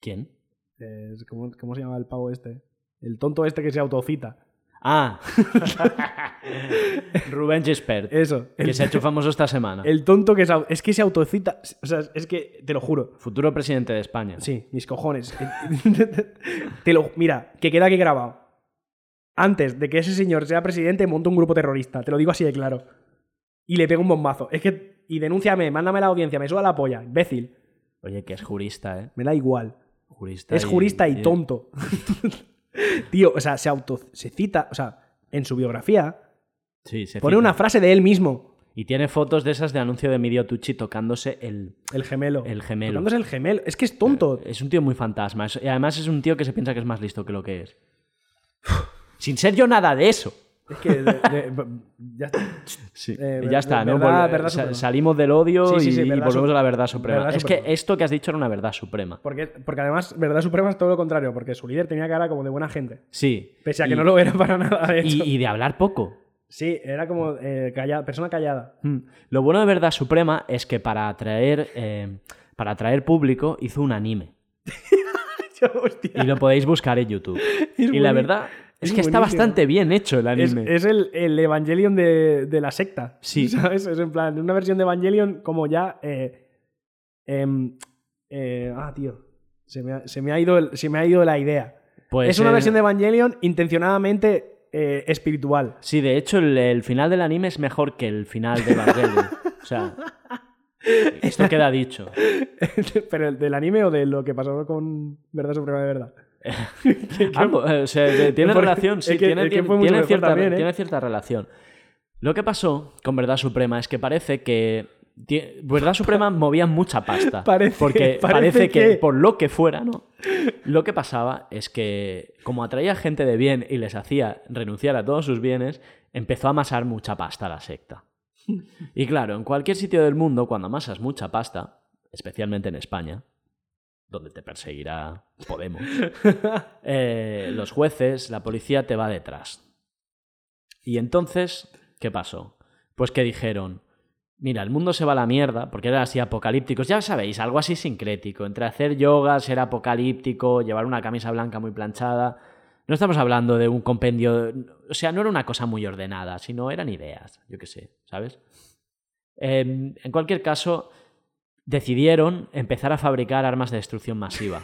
¿Quién? Es- ¿cómo, cómo se llama el pavo este? El tonto este que se autocita. Ah, Rubén Gispert, Eso. que El, se ha hecho famoso esta semana. el tonto que se, au- es que se autocita. O sea, es que te lo juro. Futuro presidente de España. Sí, mis cojones. te lo, mira, que queda aquí grabado. Antes de que ese señor sea presidente, monta un grupo terrorista. Te lo digo así de claro. Y le pego un bombazo. Es que. Y denúnciame, mándame a la audiencia, me suda la polla, imbécil. Oye, que es jurista, ¿eh? Me da igual. Jurista es jurista y eh, tonto. Tío, o sea, se auto. Se cita, o sea, en su biografía, Sí, se pone fija. una frase de él mismo. Y tiene fotos de esas de anuncio de Emilio Tucci tocándose el... El gemelo. El gemelo. Eh, Tocándose el gemelo. Es que es tonto. Es un tío muy fantasma. es- Y además es un tío que se piensa que es más listo que lo que es. Sin ser yo nada de eso. Es que. de- de- ya está. Sí. Eh, ya ver- está, ver- ¿no? verdad- Vol- verdad sa- suprema. salimos del odio Sí, sí, sí, y- y verdad volvemos su- a la verdad suprema. verdad es suprema. que esto que has dicho era una verdad suprema. Porque, porque además, Verdad Suprema es todo lo contrario, porque su líder tenía cara como de buena gente. Sí. Pese a que Y- no lo era para nada, de hecho. y, y de hablar poco. Sí, era como eh, calla- persona callada. Mm. Lo bueno de Verdad Suprema es que para atraer, eh, para atraer público hizo un anime. Hostia. Y lo podéis buscar en YouTube. y la buenísimo. verdad es, Es que está buenísimo. bastante bien hecho el Es, anime. es el, el Evangelion de, de la secta. Sí. ¿Sabes? Es en plan, una versión de Evangelion como ya. eh, em, eh, ah, tío. Se me, ha, se me ha ido el- se me ha ido la idea. Pues es una el- versión de Evangelion intencionadamente eh, espiritual. Sí, de hecho, el, el final del anime es mejor que el final de Evangelion. o sea, esto queda dicho. Pero ¿el del anime o de lo que pasó con Verdad Suprema de Verdad. Ambos, eh, o sea, de- tiene Porque- relación, es sí, que- tiene, es que tiene- fue mucho tiene mejor cierta, también, ¿eh? tiene cierta relación. Lo que pasó con Verdad Suprema es que parece que. ti- Verdad Suprema movía mucha pasta. Parece- porque parece, parece que, que- por lo que fuera, ¿no? Lo que pasaba es que, como atraía gente de bien y les hacía renunciar a todos sus bienes, empezó a amasar mucha pasta la secta. Y claro, en cualquier sitio del mundo, cuando amasas mucha pasta, especialmente en España, donde te perseguirá Podemos, eh, los jueces, la policía te va detrás. Y entonces, ¿qué pasó? Pues que dijeron, mira, el mundo se va a la mierda, porque era así apocalípticos, ya sabéis, algo así sincrético, entre hacer yoga, ser apocalíptico, llevar una camisa blanca muy planchada. No estamos hablando de un compendio, o sea, no era una cosa muy ordenada, sino eran ideas, yo qué sé, ¿sabes? Em, en cualquier caso, decidieron empezar a fabricar armas de destrucción masiva.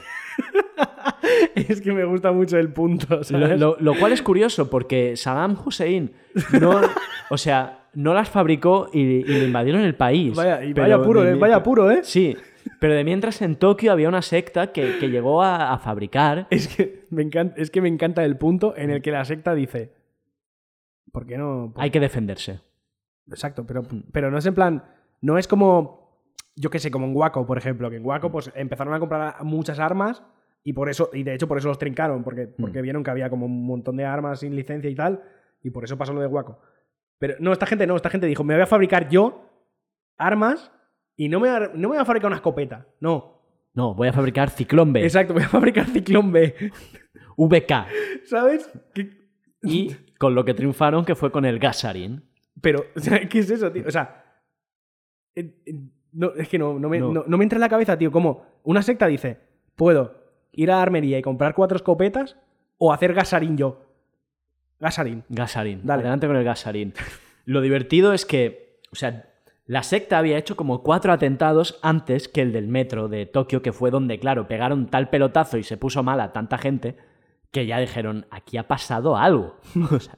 es que me gusta mucho el punto. Lo, ¿sabes? lo- lo cual es curioso porque Saddam Hussein no, o sea, no las fabricó y, y le invadieron el país. vaya, y Pero vaya puro, de eh, mi- vaya puro, ¿eh? Sí, pero de mientras en Tokio había una secta que, que llegó a, a fabricar. Es que, me encanta, es que me encanta el punto en el que la secta dice. ¿Por qué no? por- Hay que defenderse. Exacto, pero, pero no es en plan. No es como. Yo qué sé, como en Waco, por ejemplo. Que en Waco, pues empezaron a comprar muchas armas. Y por eso. Y de hecho, por eso los trincaron. Porque, porque vieron que había como un montón de armas sin licencia y tal. Y por eso pasó lo de Waco. Pero no, esta gente no. Esta gente dijo: Me voy a fabricar yo armas. Y no me, voy a- no me voy a fabricar una escopeta. No. No, voy a fabricar Ciclón B, Exacto, voy a fabricar Ciclón B. VK. ¿Sabes? Que- Y con lo que triunfaron, que fue con el Gasarin. Pero, o sea, ¿qué es eso, tío? O sea, eh, eh, no, es que no, no me, No. no- no me entra en la cabeza, tío, como una secta dice, puedo ir a la armería y comprar cuatro escopetas o hacer gasarín yo. Gasarín. Gasarín. Dale. Adelante con el Gasarín. Lo divertido es que, o sea, la secta había hecho como cuatro atentados antes que el del metro de Tokio, que fue donde, claro, pegaron tal pelotazo y se puso mal a tanta gente que ya dijeron, aquí ha pasado algo. O sea,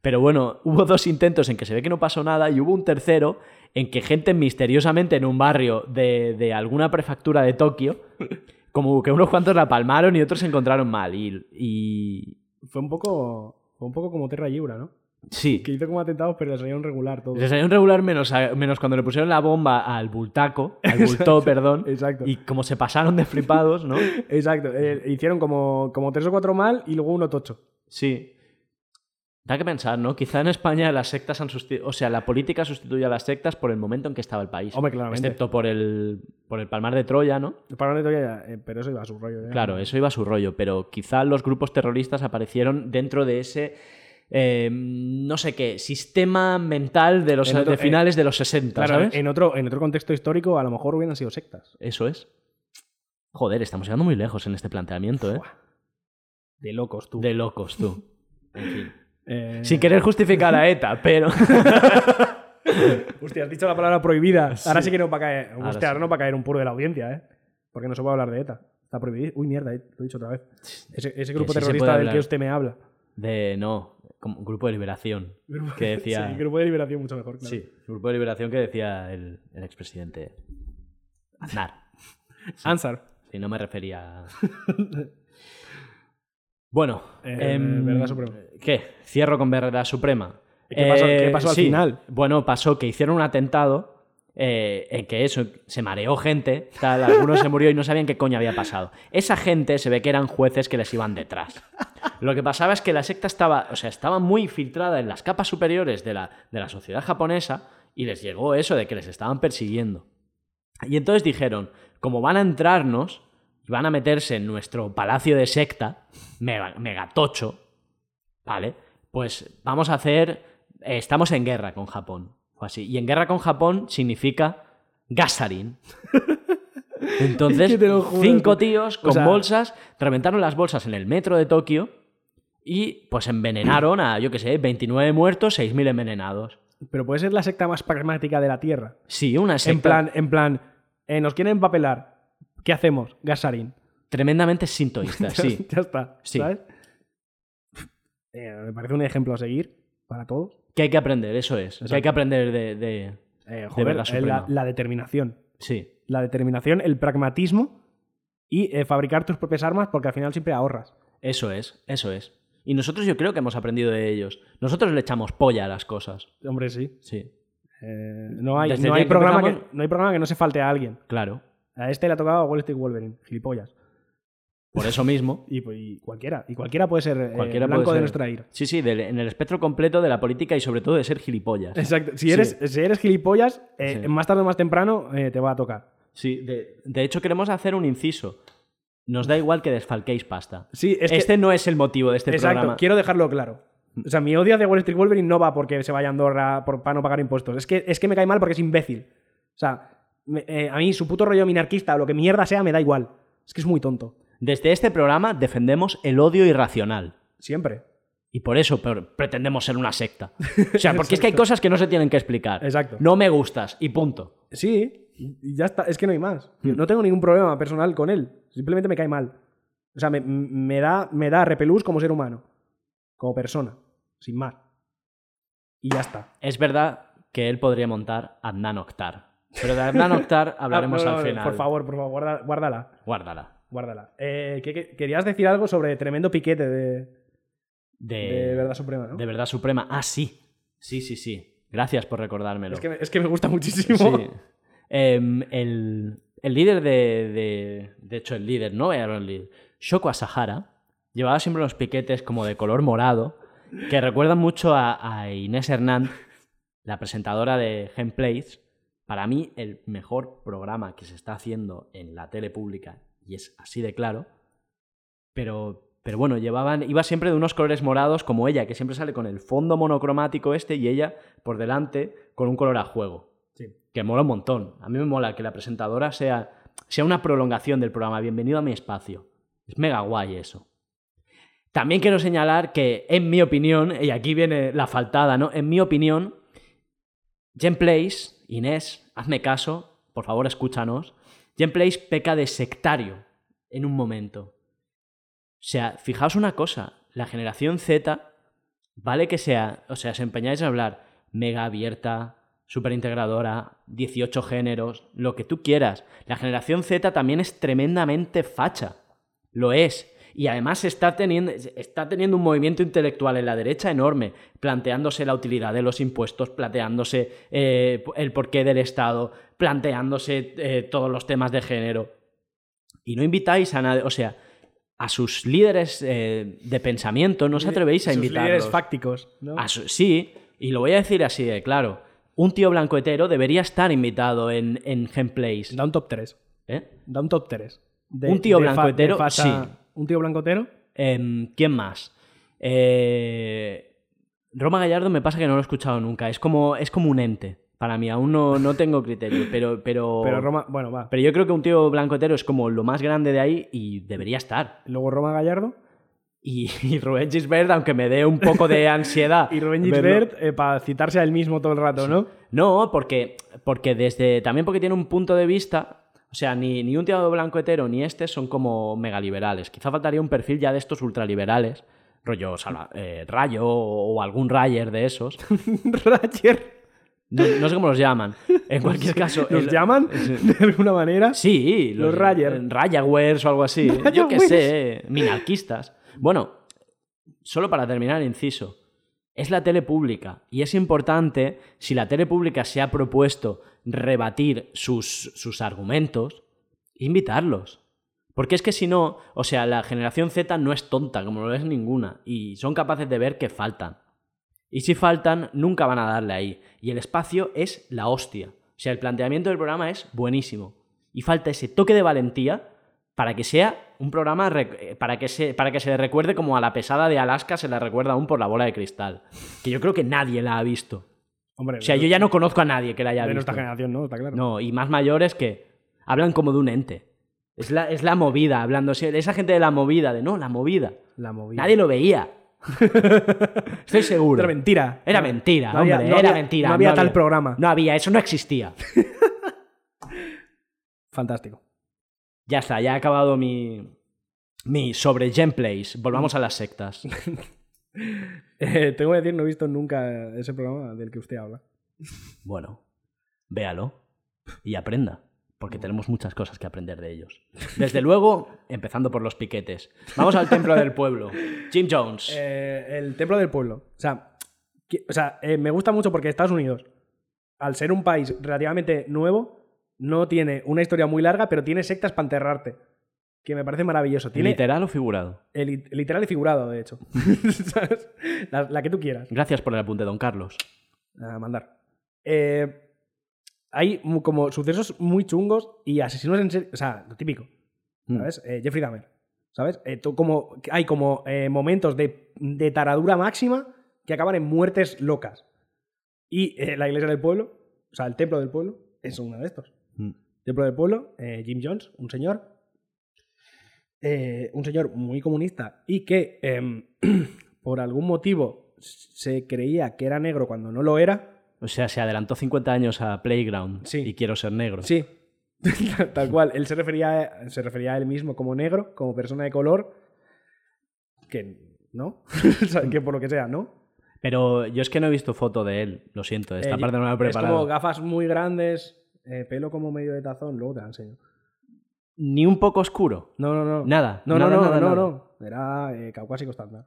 pero bueno, hubo dos intentos en que se ve que no pasó nada y hubo un tercero en que gente misteriosamente en un barrio de, de alguna prefectura de Tokio, como que unos cuantos la palmaron y otros se encontraron mal. Y, y- Fue un poco, fue un poco como Terra Lliura, ¿no? sí. Que hizo como atentados, pero les salieron regular todo. Les salió un regular menos, a- menos cuando le pusieron la bomba al bultaco, al bultó, perdón. Exacto. Y como se pasaron de flipados, ¿no? Exacto. eh, hicieron como, como tres o cuatro mal y luego uno tocho. Sí. Da que pensar, ¿no? Quizá en España las sectas han sustituido. O sea, la política sustituye a las sectas por el momento en que estaba el país. Hombre, claramente. Excepto por el, por el palmar de Troya, ¿no? El Paraná de Troya ya, eh, pero eso iba a su rollo. ¿eh? Claro, eso iba a su rollo, pero quizá los grupos terroristas aparecieron dentro de ese. eh, no sé qué, sistema mental de los En otro- eh, de finales de los 60, Claro, ¿sabes? En, otro, en otro contexto histórico a lo mejor hubieran sido sectas. Eso es. Joder, estamos llegando muy lejos en este planteamiento, ¿eh? Buah. De locos, tú. De locos, tú. Eh, Sin querer justificar a ETA, pero. Hostia, has dicho la palabra prohibida. Ahora sí que no va a caer. Ahora hostia, ahora sí. no va a caer un puro de la audiencia, ¿eh? Porque no se puede hablar de ETA. Está prohibido. Uy, mierda, eh, lo he dicho otra vez. Ese, ese grupo sí se terrorista puede del hablar. que usted me habla. De no, como grupo de liberación. Que decía. Sí, grupo de liberación mucho mejor. claro. Sí, grupo de liberación que decía el, el expresidente Aznar. Ansar. Si no me refería. a- Bueno, Eh, em, Verdad Suprema. ¿Qué? Cierro con verdad suprema. Eh, ¿Qué pasó- qué pasó al sí. final? Bueno, pasó que hicieron un atentado eh, en que eso se mareó gente, tal, algunos se murió y no sabían qué coño había pasado. Esa gente se ve que eran jueces que les iban detrás. Lo que pasaba es que la secta estaba, o sea, estaba muy filtrada en las capas superiores de la, de la sociedad japonesa y les llegó eso de que les estaban persiguiendo. Y entonces dijeron, como van a entrarnos y van a meterse en nuestro palacio de secta, mega- megatocho, ¿vale? Pues vamos a hacer, eh, estamos en guerra con Japón, o así. Y en guerra con Japón significa gasarín. Entonces, Es que te lo juro, cinco tío. tíos O con sea- bolsas reventaron las bolsas en el metro de Tokio y pues envenenaron a, yo qué sé, 29 muertos, 6.000 envenenados. Pero puede ser la secta más pragmática de la Tierra. Sí, una secta En plan, en plan, eh, nos quieren empapelar. ¿Qué hacemos? Gasarín. tremendamente sintoísta, sí. ya está. Sí. ¿Sabes? Eh, me parece un ejemplo a seguir para todos. Que hay que aprender, eso es. Que hay Exacto. que aprender de. de- Eh, joder, verdad eh, suprema. la, la determinación. Sí. La determinación, el pragmatismo y eh, fabricar tus propias armas porque al final siempre ahorras. Eso es, eso es. Y nosotros yo creo que hemos aprendido de ellos. Nosotros le echamos polla a las cosas. Hombre, sí. Sí. Eh, no, hay, Desde el no, día hay que programa que, empezamos- no hay programa que no se falte a alguien. Claro. A este le ha tocado Wall Street Wolverine, gilipollas. Por eso mismo. Y, pues, y cualquiera. Y cualquiera puede ser eh, Cualquiera puede blanco de ser. nuestra ira. Sí, sí, del- en el espectro completo de la política y sobre todo de ser gilipollas. Exacto. Si Sí. eres, si eres gilipollas, eh, Sí. más tarde o más temprano eh, te va a tocar. Sí, de, de hecho queremos hacer un inciso. Nos da igual que desfalquéis pasta. Sí, es que- este no es el motivo de este Exacto, programa. quiero dejarlo claro. O sea, mi odio hacia Wall Street Wolverine no va porque se vaya a Andorra por, para no pagar impuestos. Es que, es que me cae mal porque es imbécil. O sea, me- eh, a mí su puto rollo minarquista o lo que mierda sea me da igual. Es que es muy tonto. Desde este programa defendemos el odio irracional. Siempre. Y por eso per- pretendemos ser una secta. O sea, porque es que hay cosas que no se tienen que explicar. Exacto. No me gustas y punto. Sí, y ya está. Es que no hay más. Yo No tengo ningún problema personal con él. Simplemente me cae mal. O sea, me, me da, me da repelús como ser humano. Como persona. Sin más. Y ya está. Es verdad que él podría montar Adnan Oktar. Pero de Adnan Oktar hablaremos Ah, no, no, al no, final. Por favor, por favor, guarda- guárdala. Guárdala. Guárdala. Eh, que- que- querías decir algo sobre tremendo piquete de, De, de Verdad Suprema, ¿no? Eh, de Verdad Suprema. Ah, sí. Sí, sí, sí. Gracias por recordármelo. es, que me, es que me gusta muchísimo. Sí. Em, el, el líder de, de. De hecho, el líder, no era el líder. Shoko Asahara llevaba siempre unos piquetes como de color morado que recuerdan mucho a, a Inés Hernández, la presentadora de Gameplays. Para mí, el mejor programa que se está haciendo en la tele pública, y es así de claro. Pero, pero bueno, llevaban, iba siempre de unos colores morados como ella, que siempre sale con el fondo monocromático este y ella por delante con un color a juego. Sí. Que mola un montón. A mí me mola que la presentadora sea, sea una prolongación del programa. Bienvenido a mi espacio. Es mega guay eso. También quiero señalar que, en mi opinión, y aquí viene la faltada, ¿no? En mi opinión, Jen Place, Inés, hazme caso, por favor escúchanos. Jen Place peca de sectario en un momento. O sea, fijaos una cosa, la generación Z, vale que sea, o sea, os empeñáis en hablar mega abierta, súper integradora, 18 géneros, lo que tú quieras. La generación Z también es tremendamente facha, lo es. Y además está teniendo, está teniendo un movimiento intelectual en la derecha enorme, planteándose la utilidad de los impuestos, planteándose eh, el porqué del Estado, planteándose eh, todos los temas de género. Y no invitáis a nadie, o sea, a sus líderes eh, de pensamiento, no os atrevéis a Sus invitarlos. Ah, líderes fácticos, ¿no? A su- sí, y lo voy a decir así de claro. Un tío blanco hetero debería estar invitado en, en Gameplays. Da un top 3. ¿eh? Da un top 3. Un tío blanco hetero, sí. Un tío blanco hetero. Em, ¿Quién más? Eh, Roma Gallardo me pasa que no lo he escuchado nunca. Es como, es como un ente. Para mí, aún no, no tengo criterio, pero, pero, Pero Roma, bueno, va. pero yo creo que un tío blanco hetero es como lo más grande de ahí y debería estar. Luego Roma Gallardo. Y, y Rubén Gisbert, aunque me dé un poco de ansiedad. Y Rubén verlo- Gisbert, eh, para citarse a él mismo todo el rato, ¿no? No, porque, porque desde. También porque tiene un punto de vista. O sea, ni, ni un tío blanco hetero ni este son como megaliberales. Quizá faltaría un perfil ya de estos ultraliberales. Rollo Salva- eh, Rayo o, o algún Rayer de esos. Ratcher. No, no sé cómo los llaman. En cualquier caso. ¿Los el- llaman? De alguna manera. Sí, Los Rayer. eh, Rayawares o algo así. Yo qué Rayawares. sé, eh, minarquistas. Bueno, solo para terminar el inciso. Es la tele pública y es importante, si la tele pública se ha propuesto rebatir sus, sus argumentos, invitarlos. Porque es que si no, o sea, la generación Z no es tonta, como lo es ninguna, y son capaces de ver que faltan. Y si faltan, nunca van a darle ahí. Y el espacio es la hostia. O sea, el planteamiento del programa es buenísimo. Y falta ese toque de valentía para que sea un programa rec- eh, para que se para que se le recuerde como a la pesada de Alaska se la recuerda aún por la bola de cristal, que yo creo que nadie la ha visto. Hombre, O sea, de- yo ya no conozco a nadie que la haya de visto. nuestra generación, ¿no? Está claro. No, y más mayores que hablan como de un ente. Es la, es la movida, hablando así, esa gente de la movida, de no, la movida. La movida. Nadie lo veía. Estoy seguro. Era mentira. Era mentira, No había- hombre, no era había- mentira. No había tal programa. No había, eso no existía. Fantástico. Ya está, ya ha acabado mi. Mi sobre gameplays. Volvamos a las sectas. Eh, tengo que decir, no he visto nunca ese programa del que usted habla. Bueno, véalo y aprenda, porque tenemos muchas cosas que aprender de ellos. Desde luego, empezando por los piquetes. Vamos al templo del pueblo. Jim Jones. Eh, el templo del pueblo. O sea, que- o sea eh, me gusta mucho porque Estados Unidos, al ser un país relativamente nuevo, no tiene una historia muy larga, pero tiene sectas para enterrarte. Que me parece maravilloso. Tiene ¿Literal o figurado? el lit- literal y figurado, de hecho. ¿Sabes? La, la que tú quieras. Gracias por el apunte, don Carlos. A mandar. Eh, hay mu- como sucesos muy chungos y asesinos en serie. O sea, lo típico. ¿sabes? Eh, Jeffrey Dahmer, ¿sabes? Eh, tú como, hay como eh, momentos de, de taradura máxima que acaban en muertes locas. Y eh, la iglesia del pueblo, o sea, el templo del pueblo, es uno de estos. Mm. Templo del pueblo, eh, Jim Jones, un señor, eh, un señor muy comunista y que em, por algún motivo se creía que era negro cuando no lo era. O sea, se adelantó 50 años a Playground Sí. y quiero ser negro. Sí, tal cual. Él se refería, se refería a él mismo como negro, como persona de color, que no, O sea, que por lo que sea, ¿no? Pero yo es que no he visto foto de él. Lo siento, esta Eh, parte no me la he preparado. Es como gafas muy grandes, eh, pelo como medio de tazón, luego te la enseño. Ni un poco oscuro. No, no, no. Nada. no, nada, no, nada, no, nada. no, no. Era eh, caucásico estándar.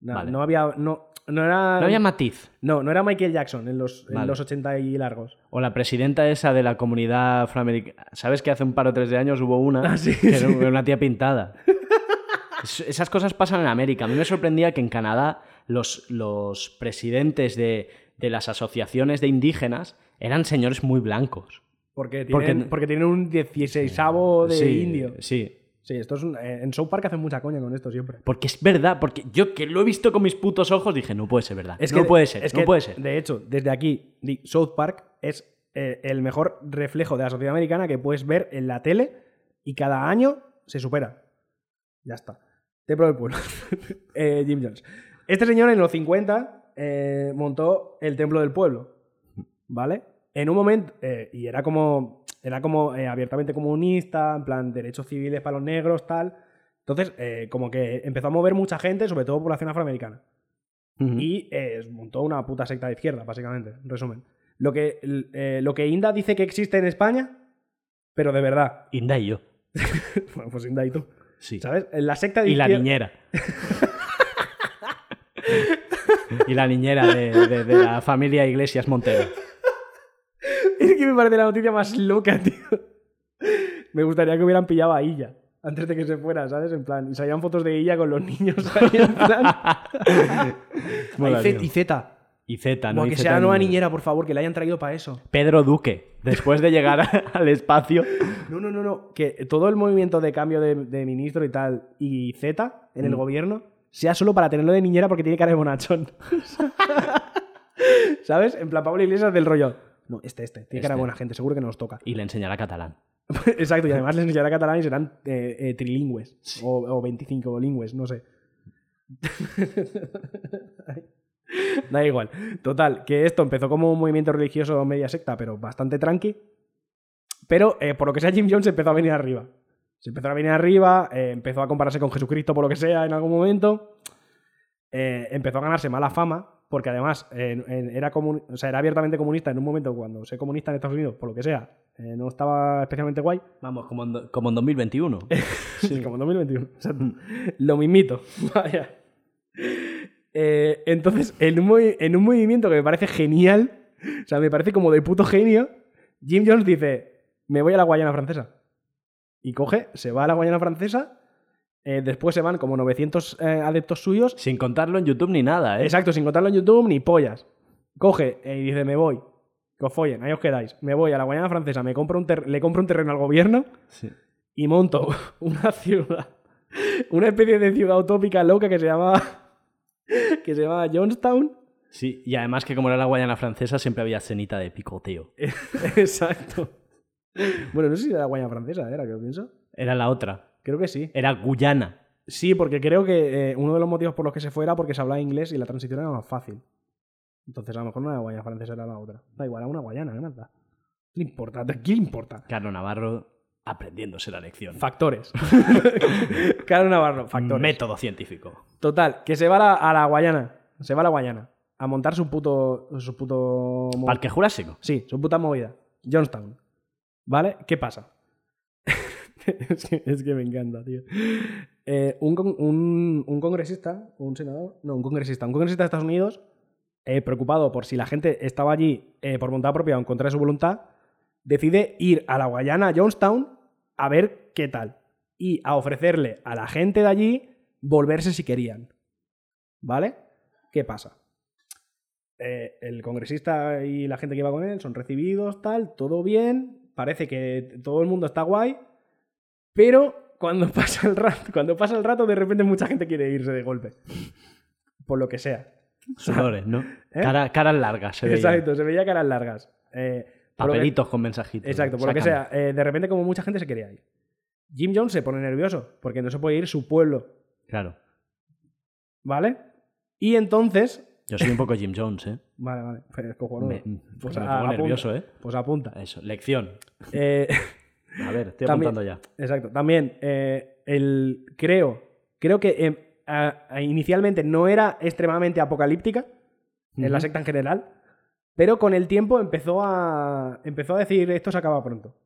No, Vale. no había, no, no era, No había matiz. no, no era Michael Jackson en los, en Vale. los 80 y largos. O la presidenta esa de la comunidad afroamericana. ¿Sabes que hace un par o tres de años hubo una? Ah, sí, que era sí. una tía pintada. Es- Esas cosas pasan en América. A mí me sorprendía que en Canadá los, los presidentes de, de las asociaciones de indígenas eran señores muy blancos. Porque tienen, Porque- porque, tienen un 16avo de Sí, indio. Sí. Sí, esto es un- eh, en South Park hacen mucha coña con esto siempre. Porque es verdad, porque yo que lo he visto con mis putos ojos dije, no puede ser verdad. Es no que- puede ser, es no que, puede ser. De hecho, desde aquí, di- South Park es eh, el mejor reflejo de la sociedad americana que puedes ver en la tele y cada año se supera. Ya está. Templo del pueblo. Eh, Jim Jones. Este señor en los 50 eh, montó el templo del pueblo. ¿Vale? En un momento. eh, y era como. Era como eh, abiertamente comunista, en plan derechos civiles para los negros, tal. Entonces, eh, como que empezó a mover mucha gente, sobre todo población afroamericana Ujú. y eh, montó una puta secta de izquierda, básicamente, en resumen. Lo que, l- eh, lo que Inda dice que existe en España, pero de verdad. Inda y yo. Bueno, pues Inda y tú. Sí. ¿Sabes? La secta de Y la izquierda- niñera. y la niñera de, de- de la familia Iglesias Montero. Es que me parece la noticia más loca, tío. Me gustaría que hubieran pillado a Illa. antes de que se fuera, ¿sabes? En plan, y salían fotos de ella con los niños ahí, en plan. Mola, Ay, Z- tío. y Z. Y Z, ¿no? Buah, Y que Z sea la en- nueva niñera, por favor, que la hayan traído para eso. Pedro Duque, después de llegar a- al espacio. No, no, no, no. Que todo el movimiento de cambio de, de ministro y tal, y Z en el gobierno, sea solo para tenerlo de niñera porque tiene cara de bonachón. ¿Sabes? En plan, Pablo Iglesias del rollo. No, este, este. Tiene cara Este. de buena gente, seguro que nos toca. Y le enseñará catalán. Exacto, y además les enseñará catalán y serán eh, eh, trilingües. O, o 25 lingües, no sé. da igual. Total, que esto empezó como un movimiento religioso media secta, pero bastante tranqui. Pero eh, por lo que sea, Jim Jones empezó a venir arriba. Se empezó a venir arriba, eh, empezó a compararse con Jesucristo por lo que sea en algún momento. Eh, empezó a ganarse mala fama, porque además eh, en- era, comun- o sea, era abiertamente comunista en un momento cuando ser comunista en Estados Unidos, por lo que sea, eh, no estaba especialmente guay. Vamos, como en, do- como en 2021. Sí, como en 2021. O sea, lo mismito. Vaya. Eh, entonces, en un, movi- en un movimiento que me parece genial, o sea, me parece como de puto genio, Jim Jones dice, me voy a la Guayana francesa. Y coge, se va a la Guayana francesa, eh, después se van como 900 eh, adeptos suyos Sin contarlo en YouTube ni nada, ¿eh? Exacto, sin contarlo en YouTube ni pollas. Coge eh, y dice, me voy. Que os follen, ahí os quedáis. Me voy a la Guayana francesa, me compro un ter- le compro un terreno al gobierno Sí. y monto una ciudad. Una especie de ciudad utópica loca que se llamaba. que se llamaba Johnstown. Sí, y además que como era la Guayana francesa, siempre había cenita de picoteo. Exacto. Bueno, no sé si era la Guayana francesa, era que lo pienso. Era la otra. Creo que sí. Era Guyana. Sí, porque creo que eh, uno de los motivos por los que se fue era porque se hablaba inglés y la transición era más fácil. Entonces a lo mejor no era Guayana francesa, era la otra. Da igual, a una guayana, ¿qué más da? ¿Qué le importa? ¿Qué le importa? Carlos Navarro aprendiéndose la lección. Factores. Caro Navarro, factores. Método científico. Total, que se va a la, a la Guayana. Se va a la Guayana. A montar su puto. su puto. mo- Parque Jurásico. Sí, su puta movida. Johnstown. ¿Vale? ¿Qué pasa? es, que, es que me encanta, tío. Eh, un, con- un- un congresista, un senador, no, un congresista, un congresista de Estados Unidos, eh, preocupado por si la gente estaba allí eh, por voluntad propia o en contra de su voluntad, decide ir a la Guayana, a Johnstown, a ver qué tal. Y a ofrecerle a la gente de allí volverse si querían. ¿Vale? ¿Qué pasa? eh, el congresista y la gente que iba con él son recibidos, tal, todo bien, parece que todo el mundo está guay, pero cuando pasa el rato, cuando pasa el rato de repente mucha gente quiere irse de golpe. Por lo que sea. Sudores, ¿no? Cara- caras largas. Se veían. ¿Eh? Exacto, se veía caras largas. Eh, por lo que- Papelitos con mensajitos. Exacto, por lo que Sácame. sea, eh, de repente como mucha gente se quería ir. Jim Jones se pone nervioso porque no se puede ir su pueblo, Claro. ¿vale? Y entonces... Yo soy un poco Jim Jones, ¿eh? Vale, vale, pues, cojonudo. Me, Pues me a- pongo apunta. nervioso, ¿eh? Pues apunta. Eso, lección. Eh, A ver, estoy También- apuntando ya. Exacto. También, eh, el, creo, creo que em, a- a- inicialmente no era extremadamente apocalíptica en la Ujú. secta en general, pero con el tiempo empezó a, empezó a decir esto se acaba pronto.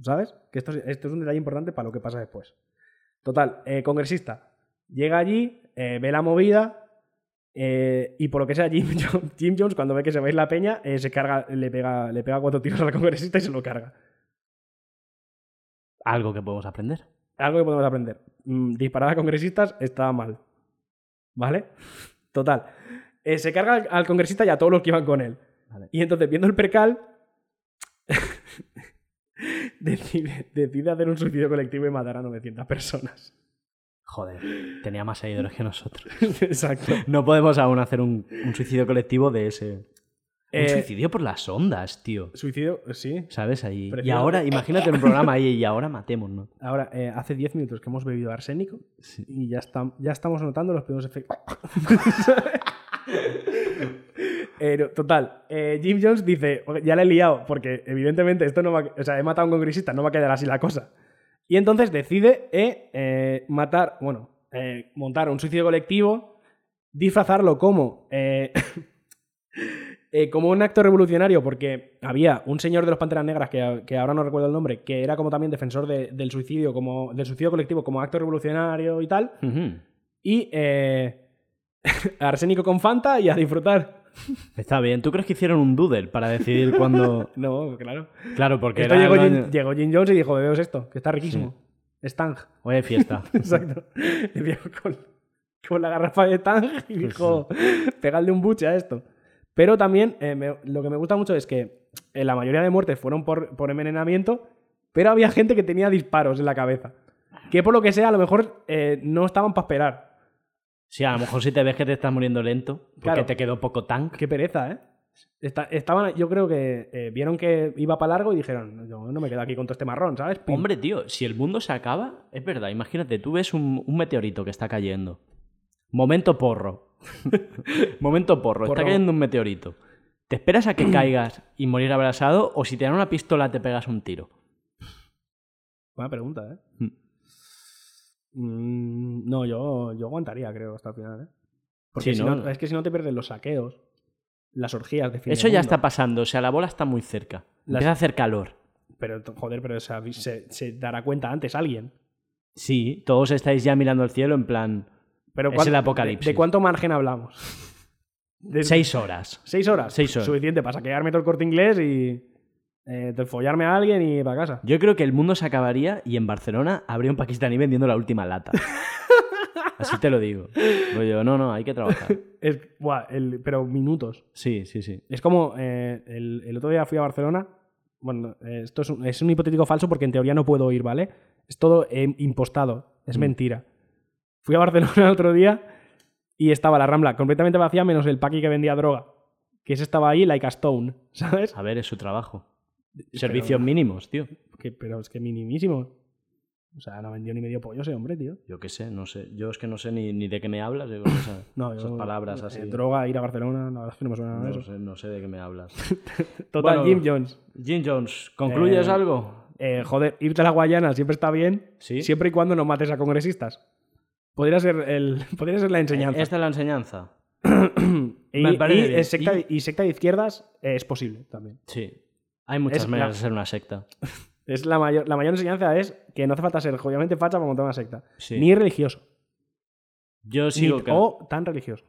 ¿Sabes? Que esto, es- esto es un detalle importante para lo que pasa después. Total, eh, congresista. Llega allí, eh, ve la movida eh, y por lo que sea Jim, Jones- Jim Jones, cuando ve que se va a ir la peña, eh, se carga, le pega, le pega cuatro tiros al congresista y se lo carga. Algo que podemos aprender. algo que podemos aprender. Mm, disparar a congresistas está mal. ¿Vale? Total. Eh, se carga al, al congresista y a todos los que iban con él. Vale. Y entonces, viendo el percal, decide, decide hacer un suicidio colectivo y matar a 900 personas. Joder, tenía más seguidores que nosotros. Exacto. No podemos aún hacer un, un suicidio colectivo de ese. Eh, Un suicidio por las ondas, tío. Suicidio, sí. ¿Sabes? Ahí. Y Prefiero- ahora, imagínate un programa ahí y ahora matemos, ¿no? Ahora, eh, hace 10 minutos que hemos bebido arsénico y ya, estam- ya estamos notando los primeros efectos. Eh, no, total, eh, Jim Jones dice, "Oye, ya la he liado, porque evidentemente esto no va a... O sea, he matado a un congresista, no va a quedar así la cosa. Y entonces decide eh, eh, matar, bueno, eh, montar un suicidio colectivo, disfrazarlo como... eh, eh, como un acto revolucionario, porque había un señor de los Panteras Negras, que, que ahora no recuerdo el nombre, que era como también defensor de- del suicidio, como del suicidio colectivo como acto revolucionario y tal. Ujú. Y eh, arsénico con Fanta y a disfrutar. Está bien. ¿Tú crees que hicieron un doodle para decidir cuándo.? No, claro. Claro, porque Esto era llegó, el Jim, año- llegó Jim Jones y dijo, bebeos esto, que está riquísimo. Stang. Hoy hay fiesta. Exacto. Le pilló con, con la garrafa de Tang y dijo, pegadle un buche a esto. Pero también eh, me- lo que me gusta mucho es que eh, la mayoría de muertes fueron por, por envenenamiento, pero había gente que tenía disparos en la cabeza. Que por lo que sea, a lo mejor eh, no estaban para esperar. Sí, a lo mejor si te ves que te estás muriendo lento, porque Claro. te quedó poco tank. Qué pereza, ¿eh? Esta- estaban, yo creo que eh, vieron que iba para largo y dijeron, yo no me quedo aquí con todo este marrón, ¿sabes? Pim. Hombre, tío, si el mundo se acaba, es verdad, imagínate, tú ves un, un meteorito que está cayendo. Momento porro. Momento porro, Porro. está cayendo un meteorito. ¿Te esperas a que caigas y morir abrasado o si te dan una pistola te pegas un tiro? Buena pregunta, ¿eh? Hmm. Mm, no, yo, yo aguantaría, creo, hasta el final, ¿eh? Porque Sí, si ¿no? no- es que si no te pierdes los saqueos, las orgías de fin de Eso ya mundo. está pasando, o sea, la bola está muy cerca. Las- Empieza a hacer calor. Pero, t- joder, pero se, avi- se- se dará cuenta antes alguien. Sí, todos estáis ya mirando al cielo en plan Pero Es cuán- el de- apocalipsis. ¿De, cuánto margen hablamos? De- seis horas. ¿Seis horas? seis horas. Suficiente para saquearme todo el corte inglés y eh, de follarme a alguien y para casa. Yo creo que el mundo se acabaría y en Barcelona habría un pakistaní vendiendo la última lata. Así te lo digo. Rollo, no, no, hay que trabajar. Es, buah, el- pero minutos. Sí, sí, sí. Es como eh, el, el otro día fui a Barcelona. Bueno, eh, esto es un, es un hipotético falso porque en teoría no puedo ir, ¿vale? Es todo eh, impostado, es Mm. mentira. Fui a Barcelona el otro día y estaba la Rambla completamente vacía menos el paqui que vendía droga. Que ese estaba ahí like a stone, ¿sabes? A ver, es su trabajo. Servicios mínimos, tío. Que- pero es que minimísimo. O sea, no vendió ni medio pollo ese hombre, tío. Yo qué sé, no sé. Yo es que no sé ni, ni de qué me hablas. digo, esa- No, esas yo- palabras eh, así. droga, ir a Barcelona, la verdad es que no me suena nada de no, eso. sé, no sé de qué me hablas. Total, Bueno, Jim Jones. Jim Jones, ¿concluyes Eh, algo? Eh, joder, irte a la Guayana siempre está bien, Sí. siempre y cuando no mates a congresistas. Podría ser, el, podría ser la enseñanza. Esta es la enseñanza. y, me parece y, eh, bien. secta, Y- y secta de izquierdas eh, es posible también. Sí. Hay muchas Es maneras la- de ser una secta. Es la, mayor, la mayor enseñanza es que no hace falta ser jodidamente facha para montar una secta. Sí. Ni religioso. Yo ni sigo que... O tan religioso.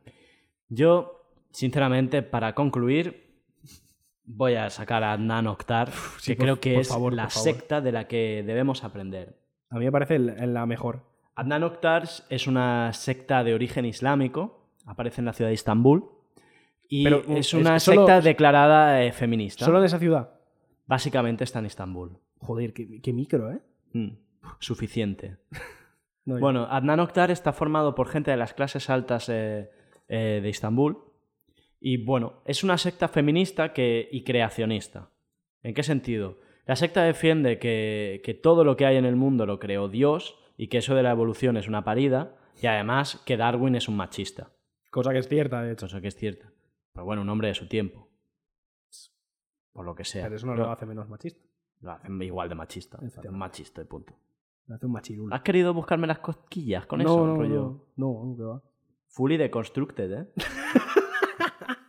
Yo, sinceramente, para concluir, voy a sacar a Adnan Oktar, sí, que por- creo que por es favor, la por favor. secta de la que debemos aprender. A mí me parece el- la mejor. Adnan Oktar es una secta de origen islámico, aparece en la ciudad de Estambul, y Pero, es es una que solo- secta declarada eh, feminista. Solo en esa ciudad. Básicamente está en Estambul. Joder, qué, qué micro, ¿eh? Mm, Suficiente. No, yo- Bueno, Adnan Oktar está formado por gente de las clases altas eh, eh, de Estambul. Y bueno, es una secta feminista que, y creacionista. ¿En qué sentido? La secta defiende que, que todo lo que hay en el mundo lo creó Dios y que eso de la evolución es una parida y además que Darwin es un machista, Cosa que es cierta, de hecho. cosa que es cierta. Pero bueno, un hombre de su tiempo. Por lo que sea. Pero eso no Lo- lo hace menos machista. lo hacen igual de machista. Exacto. Un machista y punto. Lo hace un machirulo. ¿Has querido buscarme las cosquillas Ah, con no, eso? no, rollo? no, no, no, que va. Fully deconstructed, ¿eh?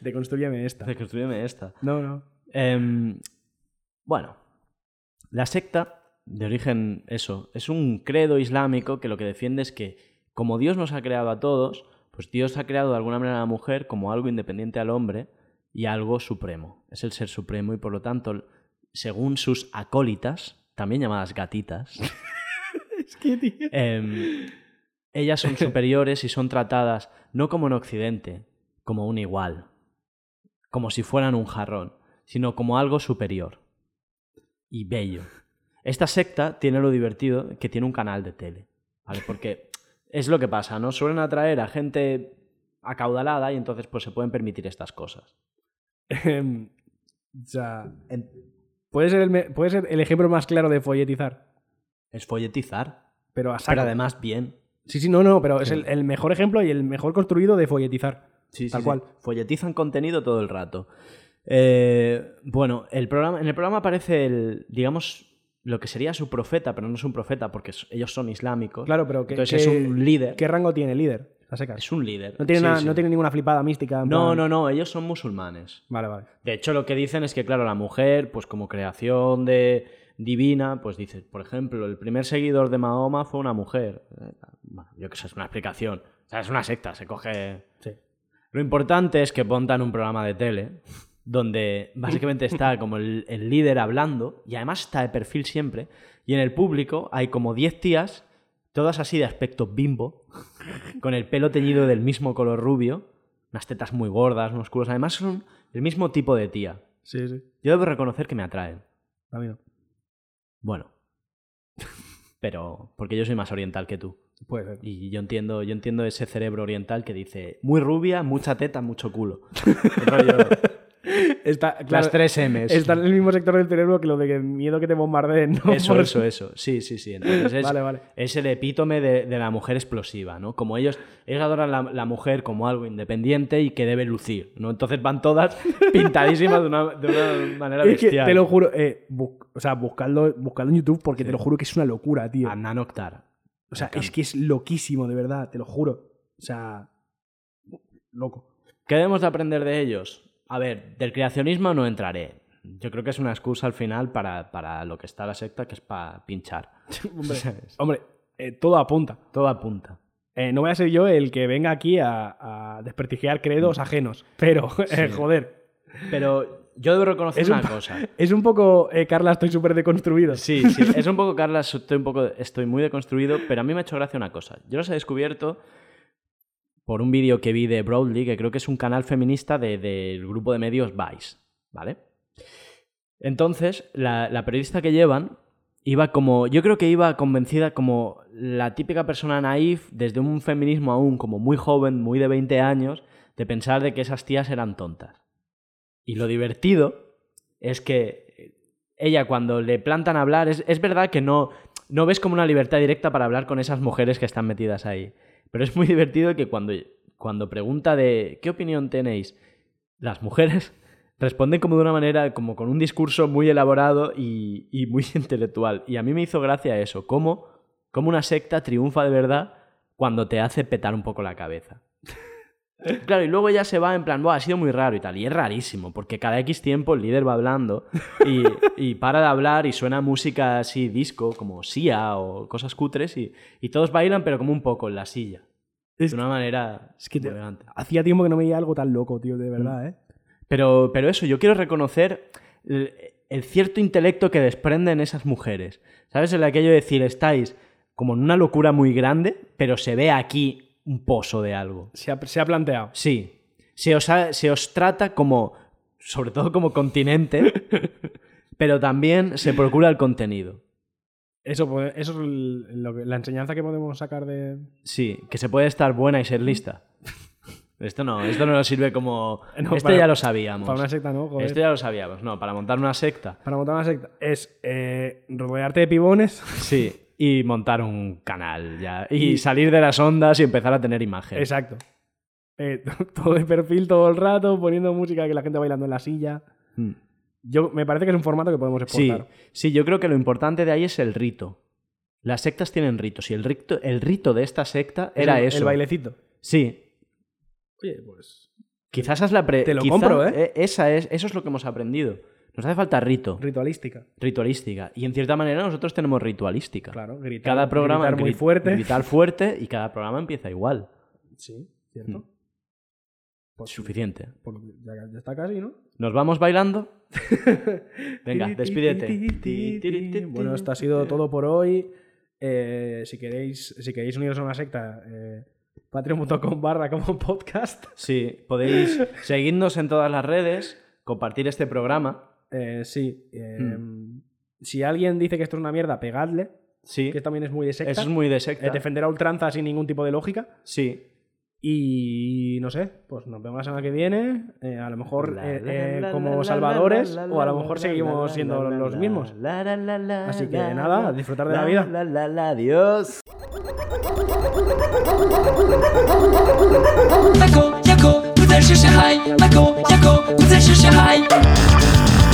Deconstrúyeme esta. Deconstruyeme esta. No, no. Em, bueno, la secta de origen, eso, es un credo islámico que lo que defiende es que como Dios nos ha creado a todos, pues Dios ha creado de alguna manera a la mujer como algo independiente al hombre y algo supremo. Es el ser supremo y por lo tanto, según sus acólitas, también llamadas gatitas, Es que, tío. Em, ellas son superiores y son tratadas no como en Occidente, como un igual, como si fueran un jarrón, sino como algo superior y bello. Esta secta tiene lo divertido que tiene un canal de tele, ¿vale? Porque es lo que pasa, ¿no? Suelen atraer a gente acaudalada y entonces pues se pueden permitir estas cosas. Em, o sea, puede, ser el, me- puede ser el ejemplo más claro de folletizar, Es folletizar, pero a saco. pero además bien. Sí, sí, no, no, pero es el, el mejor ejemplo y el mejor construido de folletizar. Sí, Tal sí, cual. sí. Folletizan contenido todo el rato. Eh, bueno, el programa, en el programa aparece el, digamos, lo que sería su profeta, pero no es un profeta porque es- ellos son islámicos. Claro, pero ¿qué, Entonces qué- es un líder. ¿qué rango tiene el líder? A secas. Es un líder. No tiene, Sí, nada- sí. no tiene ninguna flipada mística. en no, plan- no, no, ellos son musulmanes. Vale, vale. De hecho, lo que dicen es que, claro, la mujer, pues como creación de divina, pues dice, por ejemplo, el primer seguidor de Mahoma fue una mujer. Eh, Bueno, yo que sé, es una explicación. O sea, es una secta, se coge... Sí. Lo importante es que montan un programa de tele donde básicamente está como el, el líder hablando y además está de perfil siempre. Y en el público hay como 10 tías, todas así de aspecto bimbo, con el pelo teñido del mismo color rubio, unas tetas muy gordas, unos culos. Además son el mismo tipo de tía. Sí, sí. Yo debo reconocer que me atraen. A mí no. Bueno. Pero porque yo soy más oriental que tú. Puede ser. Y yo entiendo, yo entiendo ese cerebro oriental que dice muy rubia, mucha teta, mucho culo. Rollo, Está, claro, las tres M's. Está en el mismo sector del cerebro que lo de que miedo que te bombardeen, ¿no? Eso, Por- eso, eso. Sí, sí, sí. Entonces es, Vale, vale. es el epítome de, de la mujer explosiva, ¿no? Como ellos, ellos adoran la, la mujer como algo independiente y que debe lucir, ¿no? Entonces van todas pintadísimas de una, de una manera Es que bestial. te lo juro, eh, bu- o sea, buscadlo, buscadlo en YouTube porque te lo juro que es una locura, tío. A Nanoctar. O sea, es que es loquísimo, de verdad, te lo juro. O sea, loco. ¿Qué debemos de aprender de ellos? A ver, del creacionismo no entraré. Yo creo que es una excusa al final para, para lo que está la secta, que es para pinchar. Hombre, hombre, eh, todo apunta. Todo apunta. Eh, no voy a ser yo el que venga aquí a, a desprestigiar credos ajenos, pero, eh, joder, Pero yo debo reconocer Es un una pa- cosa. es un poco, eh, Carla, estoy súper deconstruido. Sí, sí, es un poco, Carla, estoy, un poco, estoy muy deconstruido, pero a mí me ha hecho gracia una cosa. Yo los he descubierto por un vídeo que vi de Broadly, que creo que es un canal feminista de- del grupo de medios Vice, ¿vale? Entonces, la, la periodista que llevan iba como, yo creo que iba convencida como la típica persona naif, desde un feminismo aún como muy joven, muy de 20 años, de pensar de que esas tías eran tontas. Y lo divertido es que ella cuando le plantan a hablar, es, es verdad que no, no ves como una libertad directa para hablar con esas mujeres que están metidas ahí. Pero es muy divertido que cuando, cuando pregunta de qué opinión tenéis, las mujeres responden como de una manera, como con un discurso muy elaborado y, y muy intelectual. Y a mí me hizo gracia eso, cómo, cómo una secta triunfa de verdad cuando te hace petar un poco la cabeza. Claro, y luego ya se va en plan, "Buah, ha sido muy raro y tal. Y es rarísimo, porque cada X tiempo el líder va hablando y, y para de hablar y suena música así, disco, como Sia o cosas cutres, y, y todos bailan, pero como un poco en la silla. De una manera es que muy te- elegante. Hacía tiempo que no veía algo tan loco, tío, de verdad, ¿eh? Pero, pero eso, yo quiero reconocer el, el cierto intelecto que desprenden esas mujeres. ¿Sabes? El aquello de decir, estáis como en una locura muy grande, pero se ve aquí un pozo de algo. Se ha, se ha planteado. Sí. Se os, ha- se os trata como, sobre todo como continente, pero también se procura el contenido. Eso, po- eso es el- lo que- la enseñanza que podemos sacar de... Sí, que se puede estar buena y ser lista. Esto no, esto no nos sirve como... No, esto para- ya lo sabíamos. Para una secta, ¿no? Joder. esto ya lo sabíamos, no, para montar una secta. Para montar una secta es eh, rodearte de pibones. Sí, y montar un canal ya. Y, salir de las ondas y empezar a tener imágenes. Exacto. Eh, todo de perfil todo el rato, poniendo música que la gente bailando en la silla. Mm. Yo, me parece que es un formato que podemos Sí, exportar. sí, yo creo que lo importante de ahí es el rito. Las sectas tienen ritos y el rito, el rito de esta secta era el, eso. El bailecito. Sí, Oye, pues. quizás esa es la pre- Te lo quizá, e-, compro, ¿eh? Esa es, eso es lo que hemos aprendido. Nos hace falta rito, Ritualística. ritualística. Y en cierta manera nosotros tenemos ritualística. Claro, gritar. Cada programa gritar muy gri- fuerte. gritar fuerte y cada programa empieza igual. Sí, cierto. Mm. Pues, Suficiente. por- ya, ya está casi, ¿no? ¿Nos vamos bailando? Venga, despídete. Bueno, esto ha sido todo por hoy. Eh, si queréis, si queréis uniros a una secta, eh, patreon.com barra como podcast. Sí, podéis seguirnos en todas las redes, compartir este programa. Eh, sí. eh, Hmm. Si alguien dice que esto es una mierda, pegadle. Sí, Que también es muy de secta. eso es muy de Eh, secta. defender a ultranza sin ningún tipo de lógica. Sí. Y no sé, pues nos vemos la semana que viene. eh, a lo mejor La, eh, la, eh, la, la, como la, salvadores la, la, o a lo la, mejor la, seguimos la, la, siendo la, los la, mismos. la, la, la, la, Así que la, nada, la, disfrutar de la vida. La, la, la, adiós. Michael, Jaco, 不再是小孩。Michael, Jaco, 不再是小孩。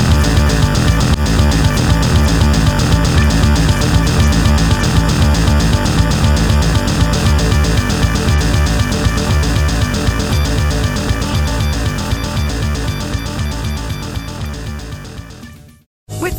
With